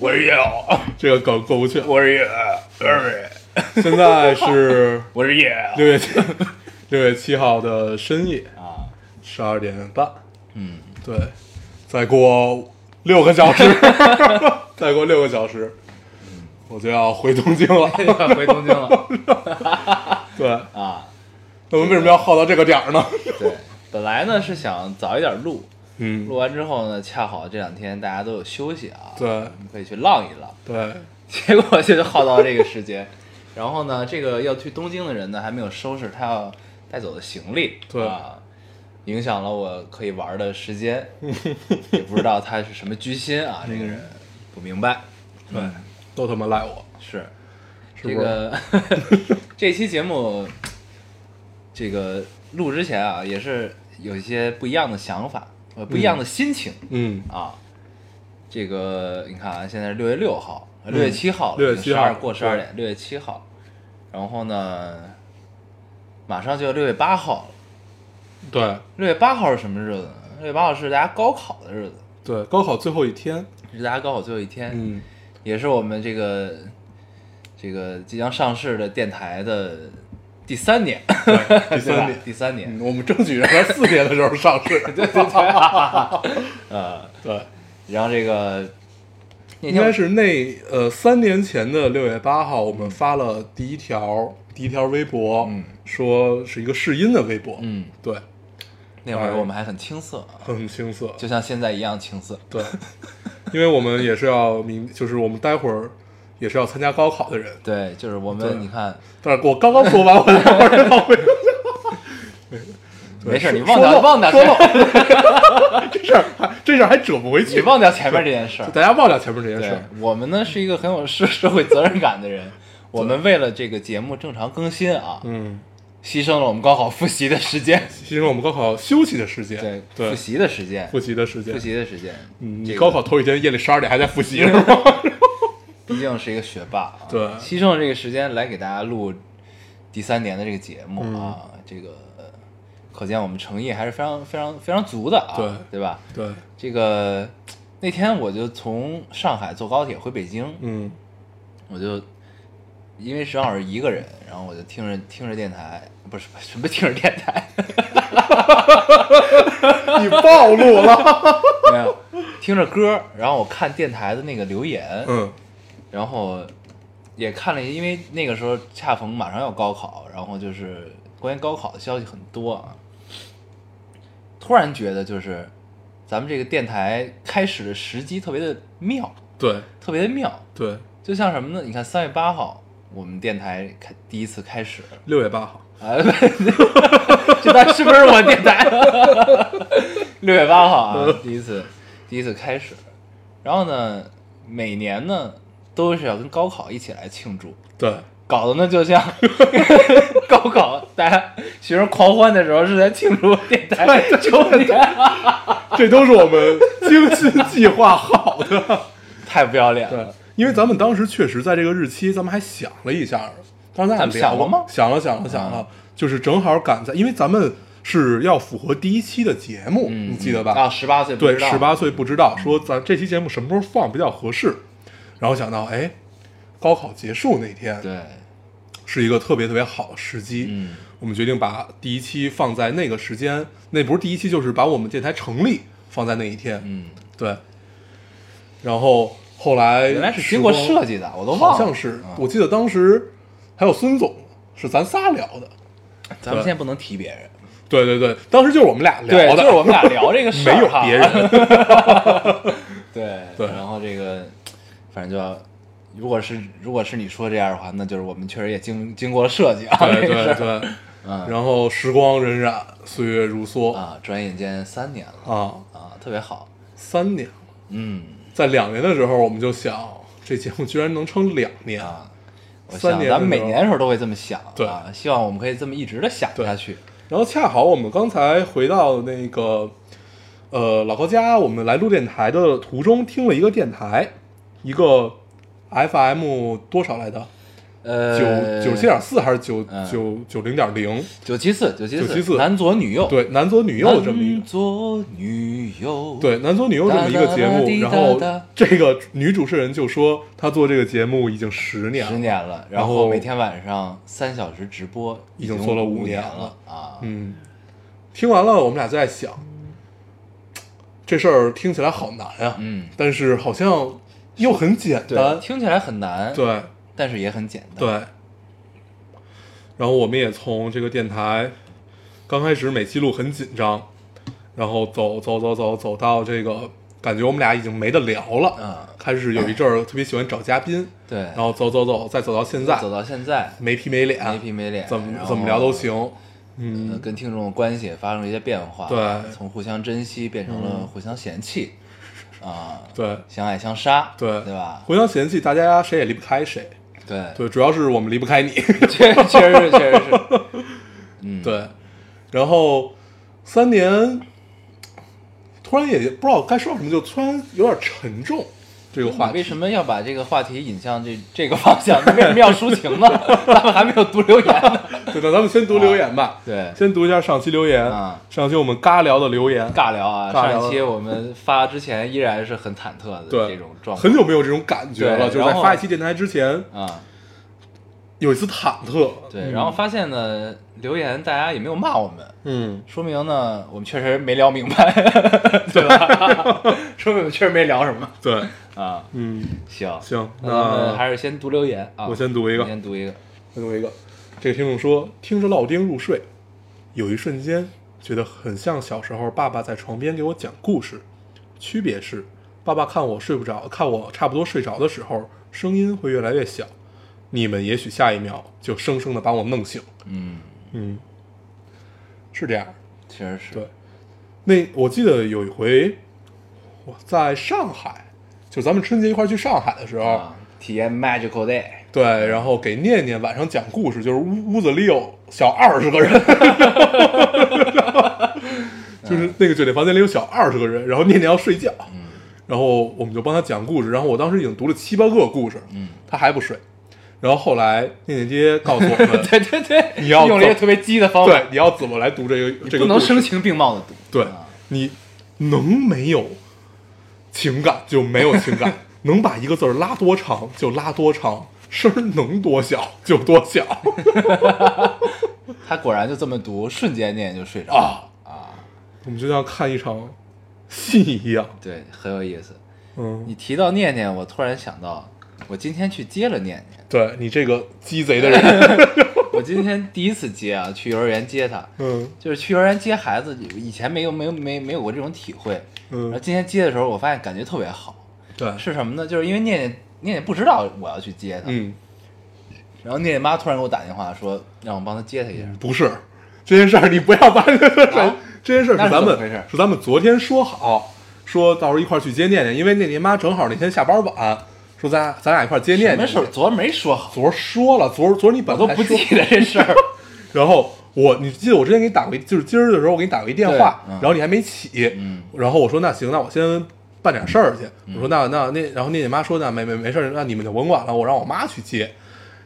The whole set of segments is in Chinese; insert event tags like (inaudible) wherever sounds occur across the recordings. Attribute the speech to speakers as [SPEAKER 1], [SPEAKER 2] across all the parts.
[SPEAKER 1] 我是烟偶，这个梗过不去。
[SPEAKER 2] 我是野，
[SPEAKER 1] 现
[SPEAKER 2] (laughs)
[SPEAKER 1] 在是
[SPEAKER 2] 我是野
[SPEAKER 1] 六月七 (laughs) 六月七号的深夜，
[SPEAKER 2] 啊，
[SPEAKER 1] 十二点半。
[SPEAKER 2] 嗯，
[SPEAKER 1] 对，再过六
[SPEAKER 2] (laughs)
[SPEAKER 1] 个小时， (laughs) 再过六个小时，
[SPEAKER 2] 嗯
[SPEAKER 1] 我就要回东京了。
[SPEAKER 2] 又要回东京了
[SPEAKER 1] (laughs) 对，
[SPEAKER 2] 啊。
[SPEAKER 1] 那我们为什么要耗到这个点儿呢？
[SPEAKER 2] 对，本来呢是想早一点录，
[SPEAKER 1] 嗯
[SPEAKER 2] 录，完之后呢，恰好这两天大家都有休息啊，
[SPEAKER 1] 对
[SPEAKER 2] 我们可以去浪一浪。
[SPEAKER 1] 对，
[SPEAKER 2] 结果就耗到这个时间， (laughs) 然后呢，这个要去东京的人呢还没有收拾他要带走的行李，
[SPEAKER 1] 对
[SPEAKER 2] 啊，影响了我可以玩的时
[SPEAKER 1] (laughs)
[SPEAKER 2] 间，也不知道他是什么居心啊，
[SPEAKER 1] 嗯
[SPEAKER 2] 这个人不明白，
[SPEAKER 1] 对，都他妈赖我，
[SPEAKER 2] 是这
[SPEAKER 1] 是不是？
[SPEAKER 2] 个 (laughs) 这期节目，这个录之前啊，也是有一些不一样的想法，呃，不一样的心情、
[SPEAKER 1] 嗯，
[SPEAKER 2] 啊。这个你看啊，现在是六月六号，呃六月七号了，
[SPEAKER 1] 嗯6月7号
[SPEAKER 2] 12过十二点，六月七号。然后呢，马上就要六月八号了。
[SPEAKER 1] 对
[SPEAKER 2] 六月八号是什么日子呢？六月八号是大家高考的日子，
[SPEAKER 1] 对，高考最后一天，
[SPEAKER 2] 是大家高考最后一天。
[SPEAKER 1] 嗯，
[SPEAKER 2] 也是我们这个这个即将上市的电台的第三年，
[SPEAKER 1] 对第
[SPEAKER 2] (laughs) 对吧
[SPEAKER 1] 三点，
[SPEAKER 2] 第三年，
[SPEAKER 1] 嗯我们争取让它四点的时候上市。
[SPEAKER 2] 对对对， (laughs) 呃，
[SPEAKER 1] 对。
[SPEAKER 2] 然后这个那
[SPEAKER 1] 应
[SPEAKER 2] 天
[SPEAKER 1] 该
[SPEAKER 2] 我
[SPEAKER 1] 是那呃三年前的六月八号，我们发了第一条第一条微博，
[SPEAKER 2] 嗯
[SPEAKER 1] 说是一个试音的微博，，
[SPEAKER 2] 嗯，
[SPEAKER 1] 对，
[SPEAKER 2] 那
[SPEAKER 1] 哎
[SPEAKER 2] 会儿我们还很青涩啊，
[SPEAKER 1] 很青涩，
[SPEAKER 2] 就像现在一样青涩，
[SPEAKER 1] 对， (laughs) 因为我们也是要明，就是我们待会儿也是要参加高考的人，
[SPEAKER 2] 对，就是我
[SPEAKER 1] 对
[SPEAKER 2] 们你看，
[SPEAKER 1] 但是我刚刚说完，我就忘 (laughs) 了要回，对
[SPEAKER 2] 没事，
[SPEAKER 1] 说
[SPEAKER 2] 你忘掉
[SPEAKER 1] 说
[SPEAKER 2] 忘掉
[SPEAKER 1] 说
[SPEAKER 2] 前面
[SPEAKER 1] 这事儿还这事儿还折不回
[SPEAKER 2] 你
[SPEAKER 1] 去，
[SPEAKER 2] 忘掉前面这件事儿
[SPEAKER 1] 就，大家忘掉前面这件事
[SPEAKER 2] 对
[SPEAKER 1] 儿，嗯
[SPEAKER 2] 我们呢是一个很有社社会责任感的人。我们为了这个节目正常更新啊，
[SPEAKER 1] 嗯，
[SPEAKER 2] 牺牲了我们高考复习的时间，
[SPEAKER 1] 牺牲了我们高考休息的时间，
[SPEAKER 2] 对
[SPEAKER 1] 对，
[SPEAKER 2] 复习的时间，
[SPEAKER 1] 复习的时间
[SPEAKER 2] 复，习的时间。
[SPEAKER 1] 嗯，
[SPEAKER 2] 这
[SPEAKER 1] 你
[SPEAKER 2] 个
[SPEAKER 1] 高考头一天夜里十二点还在复
[SPEAKER 2] (laughs)
[SPEAKER 1] 习是吗？
[SPEAKER 2] 毕竟是一个学霸、啊，
[SPEAKER 1] 对
[SPEAKER 2] 牺牲了这个时间来给大家录第三年的这个节目
[SPEAKER 1] 嗯
[SPEAKER 2] 啊，这个可见我们诚意还是非常非常非常足的啊，
[SPEAKER 1] 对
[SPEAKER 2] 对吧？
[SPEAKER 1] 对，
[SPEAKER 2] 这个那天我就从上海坐高铁回北京，
[SPEAKER 1] 嗯 (laughs)
[SPEAKER 2] 我就因为正好是一个人，然后我就听着听着电台，不是 (laughs) 什么听着电台， (laughs)
[SPEAKER 1] 你暴露了。
[SPEAKER 2] 没有听着歌，然后我看电台的那个留言，
[SPEAKER 1] 嗯
[SPEAKER 2] 然后也看了一，因为那个时候恰逢马上要高考，然后就是关于高考的消息很多啊。突然觉得就是咱们这个电台开始的时机特别的妙，，
[SPEAKER 1] 对
[SPEAKER 2] 特别的妙，
[SPEAKER 1] 对，
[SPEAKER 2] 就像什么呢？你看三月八号我们电台开第一次开
[SPEAKER 1] (laughs)
[SPEAKER 2] 始，
[SPEAKER 1] 六月八号，
[SPEAKER 2] 啊，这咱是不是我电台？ (laughs) 六月八号啊，第一次，第一次开始。然后呢，每年呢都是要跟高考一起来庆祝，
[SPEAKER 1] 对
[SPEAKER 2] 搞得呢就像 (laughs) 高考大家学生狂欢的时候是在庆祝电台周年，
[SPEAKER 1] 这都是我 (laughs) 们精心计划好的。
[SPEAKER 2] 太不要脸
[SPEAKER 1] 对
[SPEAKER 2] 了。，
[SPEAKER 1] 因为咱们当时确实在这个日期，咱们还想了一下，当时咱
[SPEAKER 2] 咱
[SPEAKER 1] 俩
[SPEAKER 2] 们想
[SPEAKER 1] 聊
[SPEAKER 2] 了吗嗯
[SPEAKER 1] 想了想了想了，就是正好赶在，因为咱们是要符合第一期的节目，
[SPEAKER 2] 嗯，
[SPEAKER 1] 你记得吧？
[SPEAKER 2] 啊，十八岁不
[SPEAKER 1] 对，
[SPEAKER 2] 知道
[SPEAKER 1] 十八岁不知道，说咱这期节目什么时候放比较合适，然后想到哎，高考结束那天，
[SPEAKER 2] 对，
[SPEAKER 1] 是一个特别特别好的时机。
[SPEAKER 2] 嗯，
[SPEAKER 1] 我们决定把第一期放在那个时间，那不是第一期，就是把我们电台成立放在那一天。
[SPEAKER 2] 嗯，
[SPEAKER 1] 对。然后后来
[SPEAKER 2] 原来是经过
[SPEAKER 1] 时光
[SPEAKER 2] 设计的，我都忘了，
[SPEAKER 1] 好像是，
[SPEAKER 2] 嗯
[SPEAKER 1] 我记得当时还有孙总，是咱仨聊的。
[SPEAKER 2] 咱们现在不能提别人，
[SPEAKER 1] 对对对，当时就是我们俩
[SPEAKER 2] 对，
[SPEAKER 1] 聊的，
[SPEAKER 2] 就是我
[SPEAKER 1] (laughs)
[SPEAKER 2] 们俩聊这个事儿，
[SPEAKER 1] 没有
[SPEAKER 2] 哈
[SPEAKER 1] 别人。
[SPEAKER 2] 对
[SPEAKER 1] 对
[SPEAKER 2] 然后这个反正就要，如果是如果是你说这样的话，那就是我们确实也经经过了设计啊， (laughs)
[SPEAKER 1] 对
[SPEAKER 2] 这个
[SPEAKER 1] 对
[SPEAKER 2] 事儿
[SPEAKER 1] 对。
[SPEAKER 2] 嗯
[SPEAKER 1] 然后时光荏苒，岁月如梭
[SPEAKER 2] 啊啊，转眼间三年了
[SPEAKER 1] 啊，
[SPEAKER 2] 啊，特别好，
[SPEAKER 1] 三年了，
[SPEAKER 2] 嗯，
[SPEAKER 1] 在两年的时候，我们就想这节目居然能撑两年，
[SPEAKER 2] 啊，我
[SPEAKER 1] 三
[SPEAKER 2] 想
[SPEAKER 1] 年的
[SPEAKER 2] 咱们每
[SPEAKER 1] 时候
[SPEAKER 2] 年的时候都会这么想，
[SPEAKER 1] 对
[SPEAKER 2] 啊，希望我们可以这么一直的想
[SPEAKER 1] 对
[SPEAKER 2] 下去。
[SPEAKER 1] 然后恰好我们刚才回到那个呃老高家，我们来录电台的途中听了一个电台，一个 FM 多少来的？
[SPEAKER 2] 呃，
[SPEAKER 1] 九九七点四还是九
[SPEAKER 2] 嗯
[SPEAKER 1] 九九零点零？
[SPEAKER 2] 九七四，九七
[SPEAKER 1] 974
[SPEAKER 2] 男左女右，，
[SPEAKER 1] 对，男左女右的这么一个
[SPEAKER 2] 男。左女右，
[SPEAKER 1] 对，男左女右这么一个节
[SPEAKER 2] 哒哒哒
[SPEAKER 1] 目，然
[SPEAKER 2] 滴哒
[SPEAKER 1] 后
[SPEAKER 2] 哒
[SPEAKER 1] 这个女主持人就说，她做这个节目已经十年
[SPEAKER 2] 十
[SPEAKER 1] 了，
[SPEAKER 2] 年了，
[SPEAKER 1] 然
[SPEAKER 2] 然
[SPEAKER 1] 后
[SPEAKER 2] 后每天晚上三小时直播，
[SPEAKER 1] 已
[SPEAKER 2] 已
[SPEAKER 1] 经
[SPEAKER 2] 经
[SPEAKER 1] 做了五
[SPEAKER 2] 五
[SPEAKER 1] 年
[SPEAKER 2] 了啊，
[SPEAKER 1] 嗯，听完了，我们俩就在想，这事儿听起来好难啊，
[SPEAKER 2] 嗯，呃
[SPEAKER 1] 但是好像又很简单
[SPEAKER 2] 对，，听起来很难，，
[SPEAKER 1] 对
[SPEAKER 2] 但是也很简单，
[SPEAKER 1] 对。然后我们也从这个电台刚开始每期录很紧张，然后走走走走走到这个感觉我们俩已经没得聊了，
[SPEAKER 2] 嗯
[SPEAKER 1] 开始有一阵儿特别喜欢找嘉宾，
[SPEAKER 2] 对，
[SPEAKER 1] 然后走走走再走到现在，
[SPEAKER 2] 走到现在，
[SPEAKER 1] 没皮没脸，
[SPEAKER 2] 没皮没脸，
[SPEAKER 1] 怎么
[SPEAKER 2] 然
[SPEAKER 1] 怎么
[SPEAKER 2] 后
[SPEAKER 1] 聊都行，
[SPEAKER 2] 呃，跟听众关系也发生了一些变化，
[SPEAKER 1] 对嗯
[SPEAKER 2] 从互相珍惜变成了互相嫌弃，啊，
[SPEAKER 1] 对
[SPEAKER 2] 相爱相杀，
[SPEAKER 1] 对
[SPEAKER 2] 对吧？
[SPEAKER 1] 互相嫌弃，大家谁也离不开谁，
[SPEAKER 2] 对，
[SPEAKER 1] 对，主要是我们离不开你，
[SPEAKER 2] 确确实是确实是，嗯
[SPEAKER 1] 对，然后三年，突然也不知道该说什么，就突然有点沉重这个话
[SPEAKER 2] 你为
[SPEAKER 1] 题，
[SPEAKER 2] 什么要把这个话题引向这这个方向？你为什么要抒情呢？ (laughs) 咱们还没有读留言呢， (laughs)
[SPEAKER 1] 对，那咱们先读留言吧，
[SPEAKER 2] 对，
[SPEAKER 1] 先读一下上期留言，
[SPEAKER 2] 啊
[SPEAKER 1] 上期我们尬聊的留言，
[SPEAKER 2] 尬聊啊，
[SPEAKER 1] 尬聊
[SPEAKER 2] 上一期我们发之前依然是很忐忑的
[SPEAKER 1] 对
[SPEAKER 2] 这种状
[SPEAKER 1] 很
[SPEAKER 2] 况
[SPEAKER 1] 久没有这种感觉
[SPEAKER 2] 对
[SPEAKER 1] 了，就是在
[SPEAKER 2] 然后
[SPEAKER 1] 发一期电台之前
[SPEAKER 2] 啊、
[SPEAKER 1] 有一次忐忑，
[SPEAKER 2] 对，然后发现呢，留言大家也没有骂我们，
[SPEAKER 1] 嗯，
[SPEAKER 2] 说明呢我们确实没聊明
[SPEAKER 1] (laughs)
[SPEAKER 2] 白，对吧？ (laughs) 说明我们确实没聊什么
[SPEAKER 1] 对，
[SPEAKER 2] 啊。
[SPEAKER 1] 嗯，
[SPEAKER 2] 行
[SPEAKER 1] 行
[SPEAKER 2] 那咱
[SPEAKER 1] 那
[SPEAKER 2] 们嗯还是先读留言啊，
[SPEAKER 1] 我先读一个
[SPEAKER 2] 你先读一个，
[SPEAKER 1] 最后一个，这个听众说，听着老丁入睡，有一瞬间觉得很像小时候爸爸在床边给我讲故事，区别是，爸爸看我睡不着，看我差不多睡着的时候，声音会越来越小，你们也许下一秒就生生的把我弄醒。
[SPEAKER 2] 嗯，
[SPEAKER 1] 嗯，是这样，
[SPEAKER 2] 确实是，
[SPEAKER 1] 对。那我记得有一回，我在上海，就咱们春节一块儿去上海的时候，
[SPEAKER 2] 啊，体验 magical day，
[SPEAKER 1] 对，然后给念念晚上讲故事，就是屋屋子里有小二十
[SPEAKER 2] (laughs)
[SPEAKER 1] 个人，就是那个酒店房间里有小二十个人，然后念念要睡觉，
[SPEAKER 2] 嗯
[SPEAKER 1] 然后我们就帮他讲故事，然后我当时已经读了七八个故事，嗯，他还不睡，然后后来念念姐告诉我们，
[SPEAKER 2] (laughs) 对对对，
[SPEAKER 1] 你要
[SPEAKER 2] 用了一个
[SPEAKER 1] 走
[SPEAKER 2] 特别激的方法，
[SPEAKER 1] 对，你要怎么来读这个
[SPEAKER 2] 不
[SPEAKER 1] 这个
[SPEAKER 2] 能啊
[SPEAKER 1] 故事
[SPEAKER 2] 声情并茂的读，
[SPEAKER 1] 对你能没有情感就没有情感， (laughs) 能把一个字儿拉多长就拉多长，声儿能多小就多小
[SPEAKER 2] 他果然就这么读，瞬间念就睡着了，
[SPEAKER 1] 啊啊！我们就像看一场戏一样，
[SPEAKER 2] 对，很有意思。
[SPEAKER 1] 嗯，
[SPEAKER 2] 你提到念念，我突然想到，我今天去接了念念，
[SPEAKER 1] 对你这个鸡贼
[SPEAKER 2] (laughs)
[SPEAKER 1] 的人，
[SPEAKER 2] 我今天第一次接啊，去幼儿园接她，
[SPEAKER 1] 嗯
[SPEAKER 2] 就是去幼儿园接孩子，以前没有没有没没有过这种体会，然后
[SPEAKER 1] 嗯，
[SPEAKER 2] 今天接的时候，我发现感觉特别好，
[SPEAKER 1] 对，
[SPEAKER 2] 是什么呢？就是因为念念念念不知道我要去接她，
[SPEAKER 1] 嗯，
[SPEAKER 2] 然后念念妈突然给我打电话说让我帮她接她一下，
[SPEAKER 1] 不是这件事儿，你不要把
[SPEAKER 2] 啊
[SPEAKER 1] 这件事儿
[SPEAKER 2] 那
[SPEAKER 1] 是
[SPEAKER 2] 是
[SPEAKER 1] 咱
[SPEAKER 2] 怎么回
[SPEAKER 1] 们
[SPEAKER 2] 事
[SPEAKER 1] 是咱们昨天说好，说到时候一块儿去接念念，因为念念妈正好那天下班晚，说咱咱俩一块儿接念
[SPEAKER 2] 什
[SPEAKER 1] 念
[SPEAKER 2] 么
[SPEAKER 1] 去
[SPEAKER 2] 事儿？昨儿没说好，
[SPEAKER 1] 昨儿说了，昨儿昨儿你本
[SPEAKER 2] 我
[SPEAKER 1] 来
[SPEAKER 2] 都不
[SPEAKER 1] 说
[SPEAKER 2] 记得这事
[SPEAKER 1] (laughs)
[SPEAKER 2] 儿。
[SPEAKER 1] 然后我，你记得我之前给你打过一，就是今儿的时候我给你打过一电话，
[SPEAKER 2] 对嗯
[SPEAKER 1] 然后你还没起，
[SPEAKER 2] 嗯
[SPEAKER 1] 然后我说那行，那我先办点事儿去。我说那那那，然后聂姐妈说那没没没事儿，那你们就甭管了，我让我妈去接。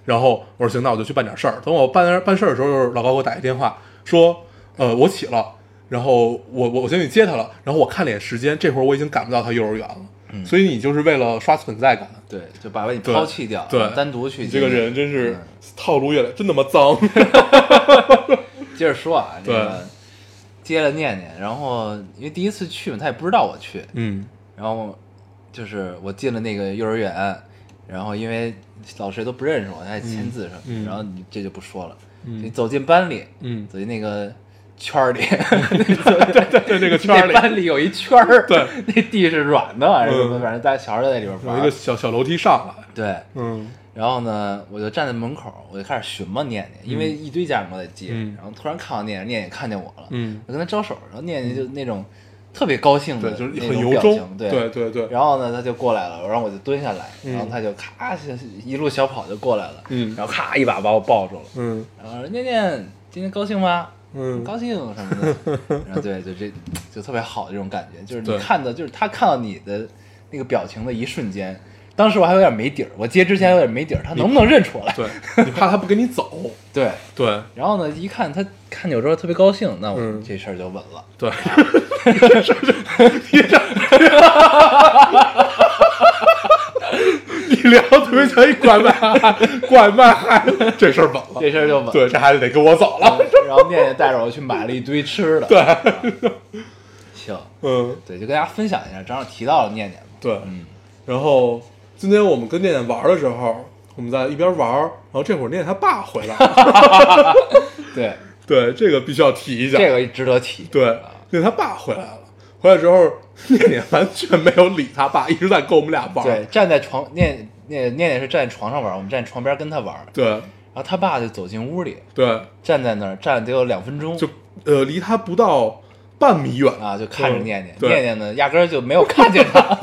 [SPEAKER 1] 然后我说行，那我就去办点事儿。等我办办事儿的时候，老高给我打一电话说，呃，我起了，然后我我我先去接他了。然后我看了眼时间，这会儿我已经赶不到他幼儿园了。
[SPEAKER 2] 嗯
[SPEAKER 1] 所以你就是为了刷存在感，
[SPEAKER 2] 对，就把你
[SPEAKER 1] 对
[SPEAKER 2] 抛弃掉，
[SPEAKER 1] 对
[SPEAKER 2] 单独去
[SPEAKER 1] 你
[SPEAKER 2] 接
[SPEAKER 1] 这个人
[SPEAKER 2] 嗯
[SPEAKER 1] 真是套路越来真他妈脏。
[SPEAKER 2] 接着说啊，这
[SPEAKER 1] 对
[SPEAKER 2] 个接了念念，然后因为第一次去嘛，他也不知道我去，
[SPEAKER 1] 嗯
[SPEAKER 2] 然后就是我进了那个幼儿园，然后因为老师也都不认识我，他还签字什么，
[SPEAKER 1] 嗯嗯
[SPEAKER 2] 然后你这就不说了，你走进班里，
[SPEAKER 1] 嗯，
[SPEAKER 2] 走进那个圈
[SPEAKER 1] (laughs)
[SPEAKER 2] 儿里，
[SPEAKER 1] 对对，那个
[SPEAKER 2] (laughs)
[SPEAKER 1] 圈儿里
[SPEAKER 2] 那班里有一圈儿， (laughs)
[SPEAKER 1] 对，
[SPEAKER 2] 那地是软的还是什么，
[SPEAKER 1] 嗯
[SPEAKER 2] 反正大家小孩儿都在里边
[SPEAKER 1] 有一
[SPEAKER 2] 玩
[SPEAKER 1] 个，小小楼梯上来，
[SPEAKER 2] 对。
[SPEAKER 1] 嗯
[SPEAKER 2] 然后呢，我就站在门口，我就开始寻摸念念，因为一堆家长都在接，
[SPEAKER 1] 嗯
[SPEAKER 2] 然后突然看到念念，念念也看见我了，
[SPEAKER 1] 嗯
[SPEAKER 2] 我跟他招手，然后念念就那种特别高兴的
[SPEAKER 1] 对，就是
[SPEAKER 2] 嗯那
[SPEAKER 1] 很
[SPEAKER 2] 种
[SPEAKER 1] 由
[SPEAKER 2] 表
[SPEAKER 1] 衷，
[SPEAKER 2] 情，对
[SPEAKER 1] 对对对，
[SPEAKER 2] 然后呢，他就过来了，然后我就蹲下来，
[SPEAKER 1] 嗯
[SPEAKER 2] 然后他就咔一路小跑就过来了，
[SPEAKER 1] 嗯
[SPEAKER 2] 然后咔一把把我抱住了，
[SPEAKER 1] 嗯
[SPEAKER 2] 然后说念念今天高兴吗？
[SPEAKER 1] 嗯
[SPEAKER 2] 高兴什么
[SPEAKER 1] (laughs)
[SPEAKER 2] 的，然后对，就这就特别好这种感觉，就是
[SPEAKER 1] 对
[SPEAKER 2] 你看到，就是他看到你的那个表情的一瞬间，当时我还有点没底儿，我接之前有点没底儿，他能不能认出来？
[SPEAKER 1] 对，你怕他不跟你走，
[SPEAKER 2] 对，
[SPEAKER 1] 对
[SPEAKER 2] 然后呢，一看他看见我之后特别高兴，那我
[SPEAKER 1] 嗯
[SPEAKER 2] 这事儿就稳了。
[SPEAKER 1] 对，你聊得特别像一拐卖孩 (laughs) 拐卖孩子，这事儿稳了，
[SPEAKER 2] 这事儿就稳了，
[SPEAKER 1] 对，这孩子得跟我走了，
[SPEAKER 2] (laughs) 然后念念带着我去买了一堆吃的，
[SPEAKER 1] 对，
[SPEAKER 2] (laughs) 行，
[SPEAKER 1] 嗯，
[SPEAKER 2] 对，就跟大家分享一下，正好提到了念念嘛，
[SPEAKER 1] 对，
[SPEAKER 2] 嗯
[SPEAKER 1] 然后今天我们跟念念玩的时候，我们在一边玩，然后这会儿念念他爸回来了，
[SPEAKER 2] 对，
[SPEAKER 1] (laughs) 对，这个必须要提一下，
[SPEAKER 2] 这个值得提，
[SPEAKER 1] 对，念念他爸回来了，回来之后，念念完全没有理他爸，一直在跟我们俩玩，
[SPEAKER 2] 对，站在床念念念念是站在床上玩，我们站在床边跟他玩，
[SPEAKER 1] 对
[SPEAKER 2] 然后他爸就走进屋里，
[SPEAKER 1] 对，
[SPEAKER 2] 站在那儿站了得有两分钟，
[SPEAKER 1] 就呃离他不到半米远
[SPEAKER 2] 啊就看着念念，
[SPEAKER 1] 嗯对
[SPEAKER 2] 念念呢压根儿就没有看见他，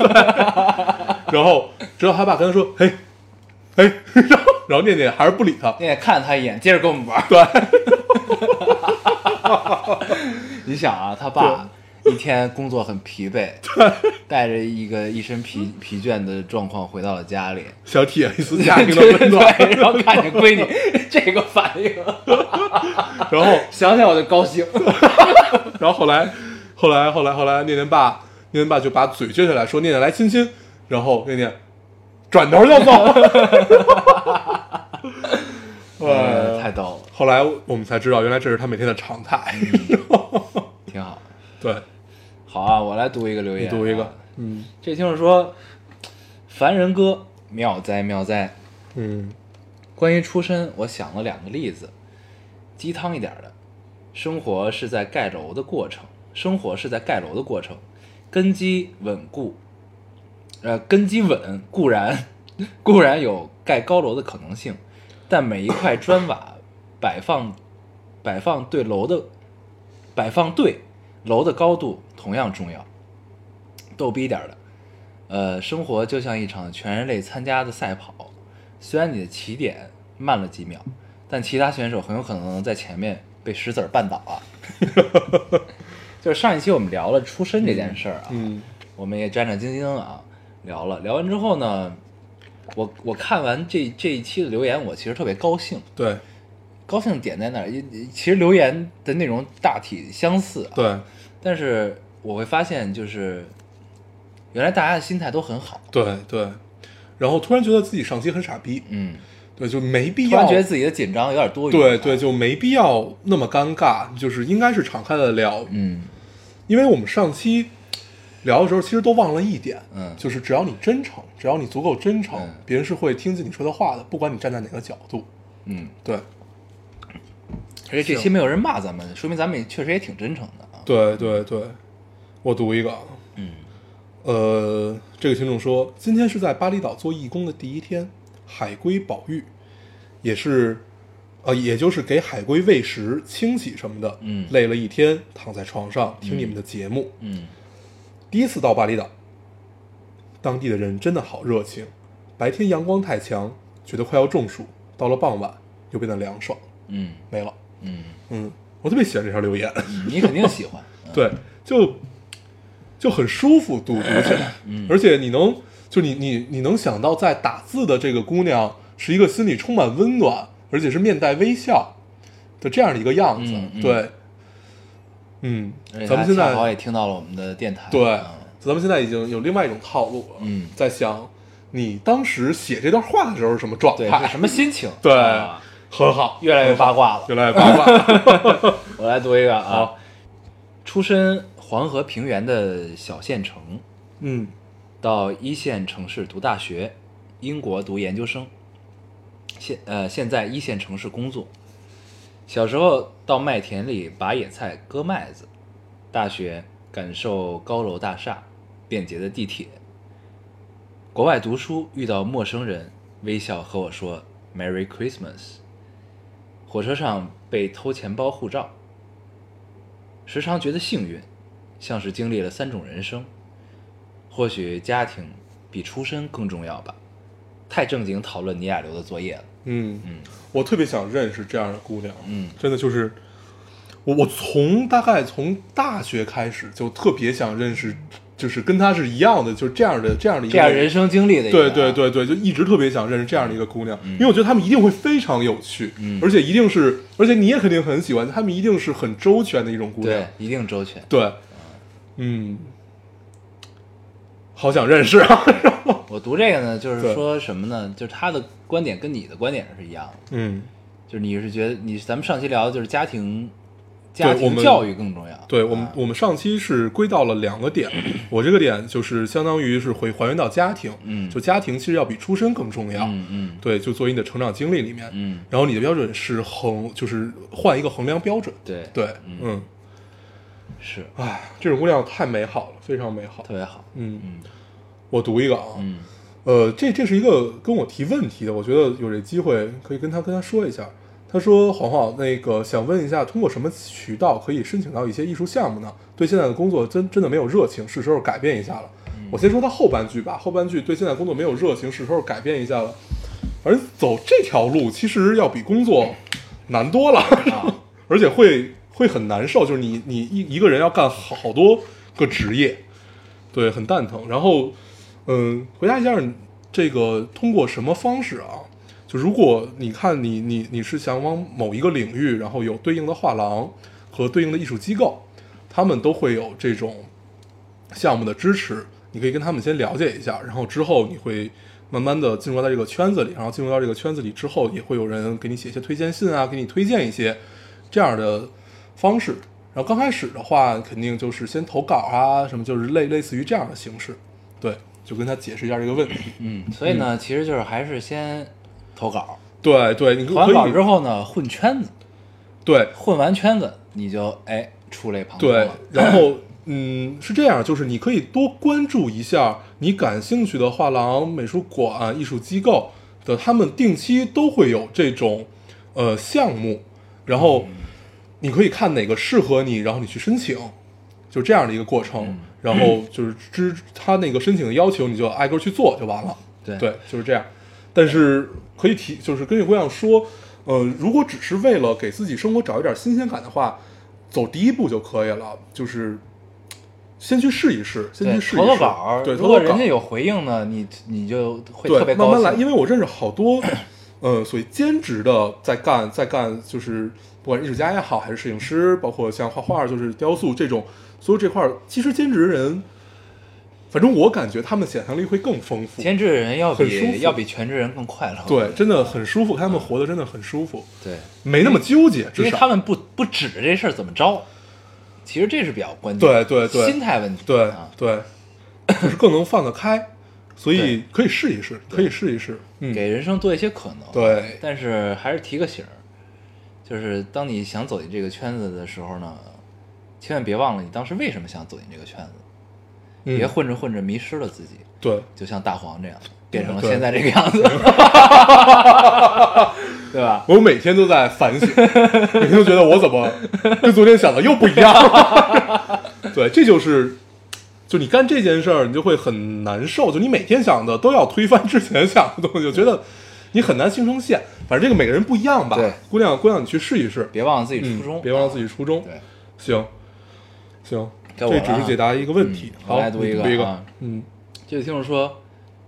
[SPEAKER 1] 然后直到他爸跟他说：“嘿， (laughs) 嘿。”然后然后念念还是不理他。
[SPEAKER 2] 念念看了他一眼，接着跟我们 (laughs) 玩。
[SPEAKER 1] 对，
[SPEAKER 2] 你想啊，他爸一天工作很疲惫，带着一个一身疲疲倦的状况回到了家里，
[SPEAKER 1] 想体验一次家庭的
[SPEAKER 2] (laughs)
[SPEAKER 1] 温暖。
[SPEAKER 2] 对，然后看见闺女这个反
[SPEAKER 1] (laughs)
[SPEAKER 2] 应，
[SPEAKER 1] 然后，
[SPEAKER 2] 想想我就高兴。
[SPEAKER 1] 然后后来，后来，后来，后来，念念爸，念念爸就把嘴撅起来说：“念念来亲亲。”然后念念转头
[SPEAKER 2] (laughs) 哎
[SPEAKER 1] 就 (laughs) 走。
[SPEAKER 2] 嗯
[SPEAKER 1] 哎
[SPEAKER 2] 太
[SPEAKER 1] 呀，
[SPEAKER 2] 逗了，
[SPEAKER 1] 后来我们才知道，原来这是他每天的
[SPEAKER 2] (laughs)
[SPEAKER 1] 常态。
[SPEAKER 2] 嗯挺好。
[SPEAKER 1] 对，
[SPEAKER 2] 好啊，我来读一个留言、啊
[SPEAKER 1] 你读一个，，嗯
[SPEAKER 2] 这听众说，凡人哥妙哉妙哉。
[SPEAKER 1] 嗯
[SPEAKER 2] 关于出身，我想了两个例子，鸡汤一点的。生活是在盖楼的过程，生活是在盖楼的过程，根基稳固，呃，根基稳固然固然有盖高楼的可能性，但每一块砖瓦摆放摆放对楼的摆放对楼的高度同样重要。逗逼一点的，呃，生活就像一场全人类参加的赛跑，虽然你的起点慢了几秒，但其他选手很有可能在前面被石子儿绊倒啊。 (laughs) 就是上一期我们聊了出身这件事儿啊，
[SPEAKER 1] 嗯
[SPEAKER 2] 我们也战战兢兢啊聊了，聊完之后呢，我我看完这这一期的留言，我其实特别高兴，
[SPEAKER 1] 对
[SPEAKER 2] 高兴的点在哪儿？也也其实留言的内容大体相似啊，
[SPEAKER 1] 对
[SPEAKER 2] 但是我会发现就是原来大家的心态都很好，
[SPEAKER 1] 对对。然后突然觉得自己上期很傻逼，
[SPEAKER 2] 嗯，
[SPEAKER 1] 对，就没必
[SPEAKER 2] 突
[SPEAKER 1] 要
[SPEAKER 2] 然觉得自己的紧张有点多余，
[SPEAKER 1] 对对，，就没必要那么尴尬，就是应该是敞开的聊，
[SPEAKER 2] 嗯
[SPEAKER 1] 因为我们上期聊的时候，其实都忘了一点，
[SPEAKER 2] 嗯
[SPEAKER 1] 就是只要你真诚，只要你足够真诚，
[SPEAKER 2] 嗯
[SPEAKER 1] 别人是会听进你说的话的，不管你站在哪个角度，
[SPEAKER 2] 嗯。
[SPEAKER 1] 对
[SPEAKER 2] 而且这期没有人骂咱们，说明咱们也确实也挺真诚的啊。
[SPEAKER 1] 对对对，我读一个，嗯，呃，这个听众说，今天是在巴厘岛做义工的第一天，海龟保育，也是，呃，也就是给海龟喂食、清洗什么的，
[SPEAKER 2] 嗯
[SPEAKER 1] 累了一天，躺在床上听你们的节目，
[SPEAKER 2] 嗯
[SPEAKER 1] 第一次到巴厘岛，当地的人真的好热情。白天阳光太强，觉得快要中暑；到了傍晚又变得凉爽，
[SPEAKER 2] 嗯
[SPEAKER 1] 没了。
[SPEAKER 2] 嗯，
[SPEAKER 1] 嗯，我特别喜欢这条留言， (laughs)
[SPEAKER 2] 你肯定喜欢。
[SPEAKER 1] 对，就就很舒服读读起来，
[SPEAKER 2] 嗯
[SPEAKER 1] 而且你能就你你你能想到在打字的这个姑娘是一个心里充满温暖，而且是面带微笑的这样的一个样子，
[SPEAKER 2] 嗯嗯
[SPEAKER 1] 对，嗯
[SPEAKER 2] 而且，
[SPEAKER 1] (laughs) 咱们现
[SPEAKER 2] 他恰
[SPEAKER 1] 在
[SPEAKER 2] 好也听到了我们的电台。
[SPEAKER 1] 对
[SPEAKER 2] 嗯，
[SPEAKER 1] 咱们现在已经有另外一种套路了。
[SPEAKER 2] 嗯
[SPEAKER 1] 在想你当时写这段话的时候是什么状
[SPEAKER 2] 对，(laughs)
[SPEAKER 1] 态？
[SPEAKER 2] 是什么心情？
[SPEAKER 1] 对
[SPEAKER 2] 啊
[SPEAKER 1] 很 (laughs) 好，
[SPEAKER 2] 越来越八卦了。
[SPEAKER 1] 越来越
[SPEAKER 2] (laughs)
[SPEAKER 1] 八卦。
[SPEAKER 2] 我来读一个啊
[SPEAKER 1] 好，
[SPEAKER 2] 出身黄河平原的小县城，
[SPEAKER 1] 嗯
[SPEAKER 2] 到一线城市读大学，英国读研究生，现呃现在一线城市工作。小时候到麦田里拔野菜、割麦子，大学感受高楼大厦、便捷的地铁。国外读书遇到陌生人，微笑和我说 “Merry Christmas”。火车上被偷钱包护照，时常觉得幸运，像是经历了三种人生。或许家庭比出身更重要吧。太正经讨论倪亚留的作业了。
[SPEAKER 1] 嗯
[SPEAKER 2] 嗯，
[SPEAKER 1] 我特别想认识这样的姑娘，
[SPEAKER 2] 嗯，
[SPEAKER 1] 真的就是我，我从大概从大学开始就特别想认识，就是跟她是一样的，就是这样的这样的一个
[SPEAKER 2] 这样人生经历的一个
[SPEAKER 1] 对
[SPEAKER 2] 啊，
[SPEAKER 1] 对对对，就一直特别想认识这样的一个姑娘，因为我觉得她们一定会非常有趣，
[SPEAKER 2] 嗯
[SPEAKER 1] 而且一定是，而且你也肯定很喜欢，她们一定是很周全的一种姑娘
[SPEAKER 2] 对，，一定周全。
[SPEAKER 1] 对，嗯，好想认识
[SPEAKER 2] (laughs)
[SPEAKER 1] 啊，
[SPEAKER 2] 我读这个呢，就是
[SPEAKER 1] 对
[SPEAKER 2] 说什么呢？就是他的观点跟你的观点是一样的，
[SPEAKER 1] 嗯，
[SPEAKER 2] 就是你是觉得你咱们上期聊的就是家庭，家
[SPEAKER 1] 我
[SPEAKER 2] 庭
[SPEAKER 1] 们
[SPEAKER 2] 教育更重要。
[SPEAKER 1] 对我们
[SPEAKER 2] 啊，
[SPEAKER 1] 我们上期是归到了两个点，我这个点就是相当于是回还原到家庭，
[SPEAKER 2] 嗯
[SPEAKER 1] 就家庭其实要比出身更重要，
[SPEAKER 2] 嗯嗯
[SPEAKER 1] 对，就作为你的成长经历里面，
[SPEAKER 2] 嗯，
[SPEAKER 1] 然后你的标准是衡，就是换一个衡量标准，
[SPEAKER 2] 对
[SPEAKER 1] 对，
[SPEAKER 2] 嗯
[SPEAKER 1] 嗯，
[SPEAKER 2] 是
[SPEAKER 1] 哎，这种姑娘太美好了，非常美好
[SPEAKER 2] 特，别好。
[SPEAKER 1] 嗯，
[SPEAKER 2] 嗯
[SPEAKER 1] 我读一个啊，
[SPEAKER 2] 嗯
[SPEAKER 1] 呃，这这是一个跟我提问题的，我觉得有这机会可以跟他跟他说一下。他说：“黄黄，那个想问一下，通过什么渠道可以申请到一些艺术项目呢？对现在的工作真真的没有热情，是时候改变一下了。我先说他后半句吧，后半句对现在工作没有热情，是时候改变一下了。而走这条路其实要比工作难多了，而且会会很难受，就是你你一一个人要干好多个职业，对，很蛋疼。然后，嗯，回答一下你这个通过什么方式啊？就如果你看你你你是想往某一个领域，然后有对应的画廊和对应的艺术机构，他们都会有这种项目的支持，你可以跟他们先了解一下，然后之后你会慢慢的进入到这个圈子里，然后进入到这个圈子里之后，也会有人给你写一些推荐信啊，给你推荐一些这样的方式。然后刚开始的话，肯定就是先投稿啊，什么就是类类似于这样的形式，对，就跟他解释一下这个问题。
[SPEAKER 2] 嗯，所以呢，其实就是还是先投稿，
[SPEAKER 1] 对对，你可
[SPEAKER 2] 投完稿
[SPEAKER 1] 以
[SPEAKER 2] 之后呢，混圈子，
[SPEAKER 1] 对
[SPEAKER 2] 混完圈子你就哎触类旁通
[SPEAKER 1] 对
[SPEAKER 2] 了。，
[SPEAKER 1] 然后嗯是这样，就是你可以多关注一下你感兴趣的画廊、美术馆、艺术机构的，他们定期都会有这种呃项目，然后你可以看哪个适合你，然后你去申请，就这样的一个过程。然后就是知他那个申请的要求，你就挨个去做就完了。
[SPEAKER 2] 对
[SPEAKER 1] 对，就是这样。但是可以提，就是跟这姑娘说，呃，如果只是为了给自己生活找一点新鲜感的话，走第一步就可以了，就是先去试一试，先
[SPEAKER 2] 对
[SPEAKER 1] 去试一试。
[SPEAKER 2] 投投稿，
[SPEAKER 1] 对，
[SPEAKER 2] 如
[SPEAKER 1] 投投
[SPEAKER 2] 果
[SPEAKER 1] 稿
[SPEAKER 2] 人家有回应呢，你你就会
[SPEAKER 1] 对，
[SPEAKER 2] 特别
[SPEAKER 1] 慢
[SPEAKER 2] 高
[SPEAKER 1] 慢
[SPEAKER 2] 兴。
[SPEAKER 1] 来，因为我认识好多，呃，所谓兼职的在干在干，就是不管是艺术家也好，还是摄影师，包括像画画，就是雕塑这种，所有这块儿，其实兼职人，反正我感觉他们想象力会更丰富。
[SPEAKER 2] 监制人要
[SPEAKER 1] 很舒服
[SPEAKER 2] 比要比全职人更快乐。
[SPEAKER 1] 对，真的很舒服，他们活得真的很舒服，
[SPEAKER 2] 对，
[SPEAKER 1] 没那么纠结，
[SPEAKER 2] 因
[SPEAKER 1] 至
[SPEAKER 2] 为他
[SPEAKER 1] 少
[SPEAKER 2] 们不不指着这事儿怎么着，其实这是比较关键。
[SPEAKER 1] 对对对
[SPEAKER 2] 心态问题。
[SPEAKER 1] 对
[SPEAKER 2] 啊，
[SPEAKER 1] 对，就是更能放得开，所以
[SPEAKER 2] 对
[SPEAKER 1] 可以试一试，可以试一试，嗯，
[SPEAKER 2] 给人生多一些可能。，
[SPEAKER 1] 对，
[SPEAKER 2] 但是还是提个醒儿，就是当你想走进这个圈子的时候呢，千万别忘了你当时为什么想走进这个圈子，
[SPEAKER 1] 嗯
[SPEAKER 2] 别混着混着迷失了自己，
[SPEAKER 1] 对，
[SPEAKER 2] 就像大黄这样变成了
[SPEAKER 1] 嗯对
[SPEAKER 2] 现在这个样
[SPEAKER 1] (laughs)
[SPEAKER 2] 子，对吧？
[SPEAKER 1] 我每天都在
[SPEAKER 2] (laughs)
[SPEAKER 1] 反省，每天都觉得我怎么跟昨天想的又不
[SPEAKER 2] (laughs)
[SPEAKER 1] 一样了。对，这就是，就你干这件事儿，你就会很难受。就你每天想的都要推翻之前想的东西，就觉得你很难形成线。反正这个每个人不一样吧。
[SPEAKER 2] 对
[SPEAKER 1] 姑娘，姑娘，你去试一试，
[SPEAKER 2] 别忘了自己
[SPEAKER 1] 嗯
[SPEAKER 2] 初衷，
[SPEAKER 1] 别忘了自
[SPEAKER 2] 己。
[SPEAKER 1] 己初衷。
[SPEAKER 2] 对，
[SPEAKER 1] 行，行，
[SPEAKER 2] 该我了
[SPEAKER 1] 这
[SPEAKER 2] 啊
[SPEAKER 1] 只是解答一个问题。
[SPEAKER 2] 嗯
[SPEAKER 1] 好，
[SPEAKER 2] 我来读
[SPEAKER 1] 你
[SPEAKER 2] 一
[SPEAKER 1] 读
[SPEAKER 2] 个
[SPEAKER 1] 一个
[SPEAKER 2] 啊。
[SPEAKER 1] 嗯
[SPEAKER 2] 这位听众说，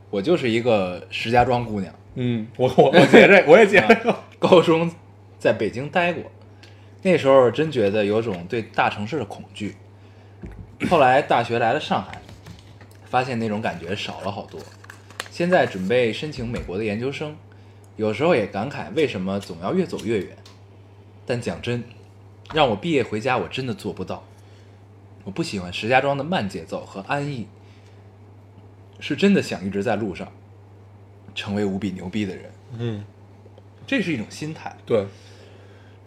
[SPEAKER 2] 我就是一个石家庄姑娘，
[SPEAKER 1] 嗯，我我我解这，我也
[SPEAKER 2] 啊
[SPEAKER 1] 解这个。
[SPEAKER 2] (laughs) 高中在北京待过，那时候真觉得有种对大城市的恐惧。后来大学来了上海，发现那种感觉少了好多。现在准备申请美国的研究生，有时候也感慨为什么总要越走越远。但讲真，让我毕业回家，我真的做不到。我不喜欢石家庄的慢节奏和安逸，是真的想一直在路上，成为无比牛逼的人。
[SPEAKER 1] 嗯，
[SPEAKER 2] 这是一种心态。
[SPEAKER 1] 对。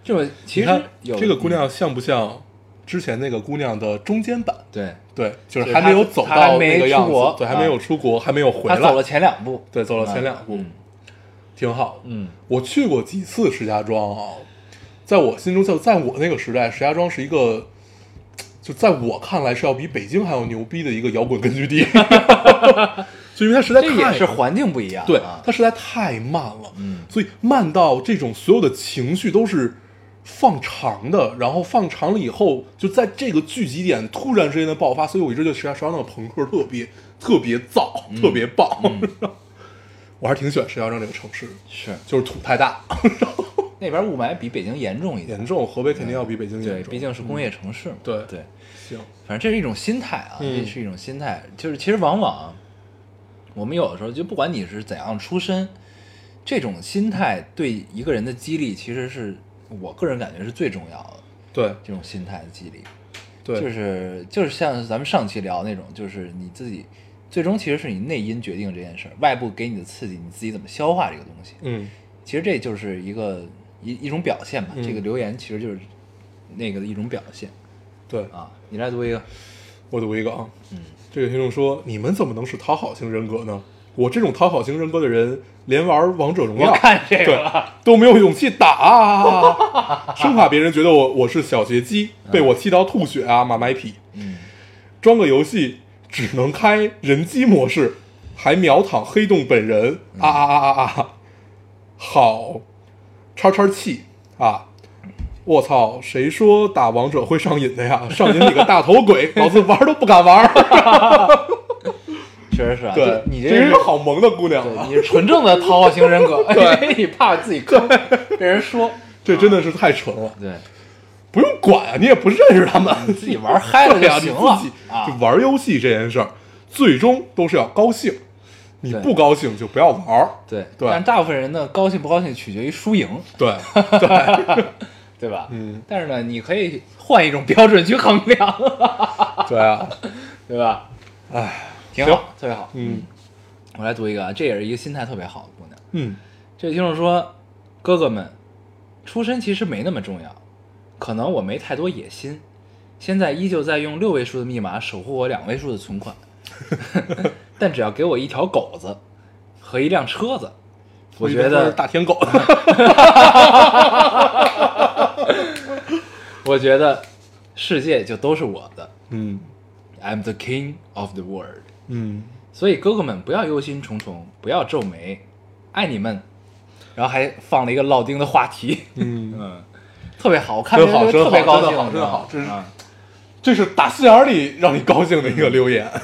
[SPEAKER 2] 这么其
[SPEAKER 1] 你
[SPEAKER 2] 实
[SPEAKER 1] 看
[SPEAKER 2] 有嗯
[SPEAKER 1] 这个姑娘像不像之前那个姑娘的中间版？
[SPEAKER 2] 对，
[SPEAKER 1] 对，就
[SPEAKER 2] 就是是
[SPEAKER 1] 还没有
[SPEAKER 2] 她
[SPEAKER 1] 走
[SPEAKER 2] 她还
[SPEAKER 1] 到
[SPEAKER 2] 没
[SPEAKER 1] 那个样
[SPEAKER 2] 出国啊
[SPEAKER 1] 子，对，还没有出国，还没有回
[SPEAKER 2] 她
[SPEAKER 1] 来，
[SPEAKER 2] 走了前两步，
[SPEAKER 1] 对，走了前两步，
[SPEAKER 2] 嗯
[SPEAKER 1] 挺好。
[SPEAKER 2] 嗯，
[SPEAKER 1] 我去过几次石家庄啊，在我心中，就在我那个时代，石家庄是一个，就在我看来是要比北京还要牛逼的一个摇滚根
[SPEAKER 2] (laughs)
[SPEAKER 1] 据地，就因为它实在
[SPEAKER 2] 这也
[SPEAKER 1] 太
[SPEAKER 2] 是环境不一样、啊，
[SPEAKER 1] 对，它实在太慢了，
[SPEAKER 2] 嗯
[SPEAKER 1] 所以慢到这种所有的情绪都是放长的，然后放长了以后，就在这个聚集点突然之间的爆发，所以我一直就实际上石家庄那个朋克特别特别燥，
[SPEAKER 2] 嗯
[SPEAKER 1] 特别棒， (laughs) 我还是挺喜欢石家庄这个城市的，
[SPEAKER 2] 是
[SPEAKER 1] 就是土太大，
[SPEAKER 2] 那边雾霾比北京严重一点，
[SPEAKER 1] 严重，河北肯定要比北京严
[SPEAKER 2] 对，
[SPEAKER 1] 重，
[SPEAKER 2] 毕竟是工业城市嘛。
[SPEAKER 1] 对
[SPEAKER 2] 对，
[SPEAKER 1] 行，
[SPEAKER 2] 反正这是一种心态啊，
[SPEAKER 1] 嗯
[SPEAKER 2] 这是一种心态。就是其实往往我们有的时候就不管你是怎样出身，这种心态对一个人的激励，其实是我个人感觉是最重要的。
[SPEAKER 1] 对
[SPEAKER 2] 这种心态的激励，
[SPEAKER 1] 对，
[SPEAKER 2] 就是就是像咱们上期聊那种，就是你自己最终其实是你内因决定这件事儿，外部给你的刺激，你自己怎么消化这个东西。
[SPEAKER 1] 嗯
[SPEAKER 2] 其实这就是一个一一种表现吧。
[SPEAKER 1] 嗯
[SPEAKER 2] 这个留言其实就是那个的一种表现
[SPEAKER 1] 对，
[SPEAKER 2] 啊。你来读一个，
[SPEAKER 1] 我读一个啊，嗯，这个听众说：“你们怎么能是讨好型人格呢？我这种讨好型人格的人，连玩王者荣耀
[SPEAKER 2] 我看这个
[SPEAKER 1] 对
[SPEAKER 2] 了
[SPEAKER 1] 都没有勇气打、啊，生怕别人觉得我我是小学鸡，被我气到吐血啊，妈卖批！
[SPEAKER 2] 嗯，
[SPEAKER 1] 装个游戏只能开人机模式，还秒躺黑洞本人啊啊啊啊啊！好，叉叉气啊！我操，谁说打王者会上瘾的呀？上瘾你个大
[SPEAKER 2] (laughs)
[SPEAKER 1] 头鬼，老子玩都不敢玩。
[SPEAKER 2] 确实是啊。
[SPEAKER 1] 对，
[SPEAKER 2] 你
[SPEAKER 1] 这
[SPEAKER 2] 这
[SPEAKER 1] 是个好萌的姑娘
[SPEAKER 2] 对
[SPEAKER 1] 啊
[SPEAKER 2] 你！是纯正的讨好型人格，
[SPEAKER 1] 对
[SPEAKER 2] 因为你怕自己坑被人说。
[SPEAKER 1] 这真的是太纯了，
[SPEAKER 2] 对，
[SPEAKER 1] 不用管啊，你也不认识他们，
[SPEAKER 2] 自己玩嗨了就
[SPEAKER 1] 对啊
[SPEAKER 2] 行
[SPEAKER 1] 你自己
[SPEAKER 2] 了啊
[SPEAKER 1] 就。玩游戏这件事儿，最终都是要高兴，你
[SPEAKER 2] 对
[SPEAKER 1] 不高兴就不要玩儿。
[SPEAKER 2] 对，
[SPEAKER 1] 对
[SPEAKER 2] 但大部分人呢，高兴不高兴取决于输赢，
[SPEAKER 1] 对，
[SPEAKER 2] 对吧？
[SPEAKER 1] 嗯，
[SPEAKER 2] 但是呢，你可以换一种标准去衡量， (laughs)
[SPEAKER 1] 对啊，
[SPEAKER 2] 对吧？
[SPEAKER 1] 哎，
[SPEAKER 2] 挺
[SPEAKER 1] 行
[SPEAKER 2] 好，特别好。
[SPEAKER 1] 嗯
[SPEAKER 2] 我来读一个啊，这也是一个心态特别好的姑娘。
[SPEAKER 1] 嗯，
[SPEAKER 2] 这位听众说：“哥哥们，出身其实没那么重要，可能我没太多野心，现在依旧在用六位数的密码守护我两位数的存款， (laughs) 但只要给我一条狗子和一辆车子，我觉
[SPEAKER 1] 都是
[SPEAKER 2] 得
[SPEAKER 1] 大舔 (laughs) 狗，
[SPEAKER 2] 我觉得世界就都是我的
[SPEAKER 1] 嗯
[SPEAKER 2] ，I'm the king of the world。
[SPEAKER 1] 嗯，
[SPEAKER 2] 所以哥哥们不要忧心忡忡，不要皱眉，爱你们。”然后还放了一个烙丁的话题，
[SPEAKER 1] 嗯，
[SPEAKER 2] 嗯， (laughs) 特别好，我看
[SPEAKER 1] 真
[SPEAKER 2] 这个
[SPEAKER 1] 好
[SPEAKER 2] 就
[SPEAKER 1] 真
[SPEAKER 2] 特别
[SPEAKER 1] 好
[SPEAKER 2] 高
[SPEAKER 1] 真
[SPEAKER 2] 兴，
[SPEAKER 1] 好
[SPEAKER 2] 你
[SPEAKER 1] 真
[SPEAKER 2] 知道
[SPEAKER 1] 好
[SPEAKER 2] 吗
[SPEAKER 1] 这是
[SPEAKER 2] 啊
[SPEAKER 1] 这是打心眼儿里让你高兴的一个留言。
[SPEAKER 2] 啊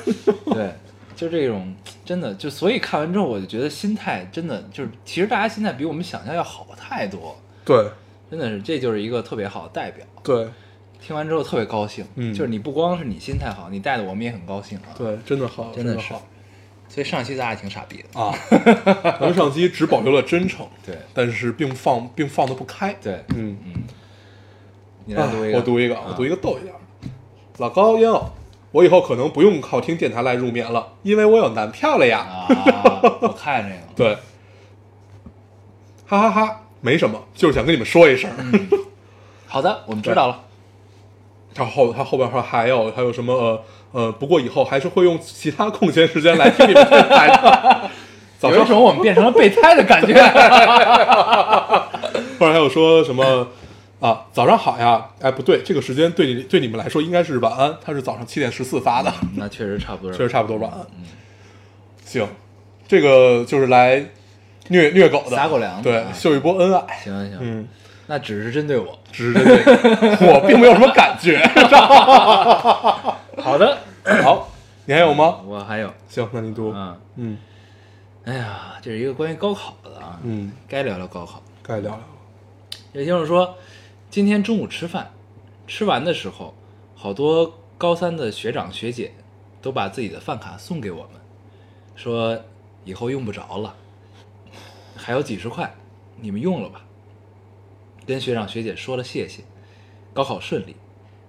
[SPEAKER 2] 对，就这种真的就，所以看完之后我就觉得心态真的就是，其实大家心态比我们想象要好太多，
[SPEAKER 1] 对
[SPEAKER 2] 真的是这就是一个特别好的代表。
[SPEAKER 1] 对
[SPEAKER 2] 听完之后特别高兴，
[SPEAKER 1] 嗯
[SPEAKER 2] 就是你不光是你心态好，你带的我们也很高兴啊，，
[SPEAKER 1] 对，真的好，
[SPEAKER 2] 真
[SPEAKER 1] 的
[SPEAKER 2] 是
[SPEAKER 1] 好。。
[SPEAKER 2] 所以上期咱俩挺傻逼的，
[SPEAKER 1] 啊， (laughs) 咱们上期只保留了真诚，
[SPEAKER 2] 对
[SPEAKER 1] 但是并放并放的不开。
[SPEAKER 2] 对，
[SPEAKER 1] 嗯，
[SPEAKER 2] 你来读一个，
[SPEAKER 1] 啊我读一个，我读一个逗一点儿。老高烟偶，我以后可能不用靠听电台来入眠了，因为我有男票了呀。
[SPEAKER 2] 啊，我看这个了，
[SPEAKER 1] 对，哈哈哈没什么，就是想跟你们说一声。
[SPEAKER 2] 好的，我们知道了，
[SPEAKER 1] 他后他后边还还有还有什么呃呃，不过以后还是会用其他空闲时间来听你们电台的。早
[SPEAKER 2] 有
[SPEAKER 1] 上 (laughs)
[SPEAKER 2] 一种我们变成了备胎的 (laughs) 感觉，
[SPEAKER 1] 或者还有说什么啊，早上好呀，哎，不对，这个时间对你对你们来说应该是晚安，它是早上七点十四发的，
[SPEAKER 2] 那确实差不多，
[SPEAKER 1] 确实差不多晚安。
[SPEAKER 2] 嗯
[SPEAKER 1] 行，这个就是来虐虐狗的，
[SPEAKER 2] 撒狗粮的
[SPEAKER 1] 对
[SPEAKER 2] 啊，
[SPEAKER 1] 秀一波恩爱，
[SPEAKER 2] 行行，
[SPEAKER 1] 嗯，
[SPEAKER 2] 那只是针对我，
[SPEAKER 1] 只是这个， (laughs) 我并没有什么感觉。 (laughs)
[SPEAKER 2] 好的，
[SPEAKER 1] 好，你还有吗？
[SPEAKER 2] 我还有，
[SPEAKER 1] 行，那你读，
[SPEAKER 2] 嗯，
[SPEAKER 1] 嗯
[SPEAKER 2] 哎呀，这是一个关于高考的啊，
[SPEAKER 1] 嗯，
[SPEAKER 2] 该聊聊高考。
[SPEAKER 1] 该聊聊，
[SPEAKER 2] 也就是说，今天中午吃饭，吃完的时候，好多高三的学长学姐都把自己的饭卡送给我们，说以后用不着了，还有几十块，你们用了吧。跟学长学姐说了谢谢，高考顺利，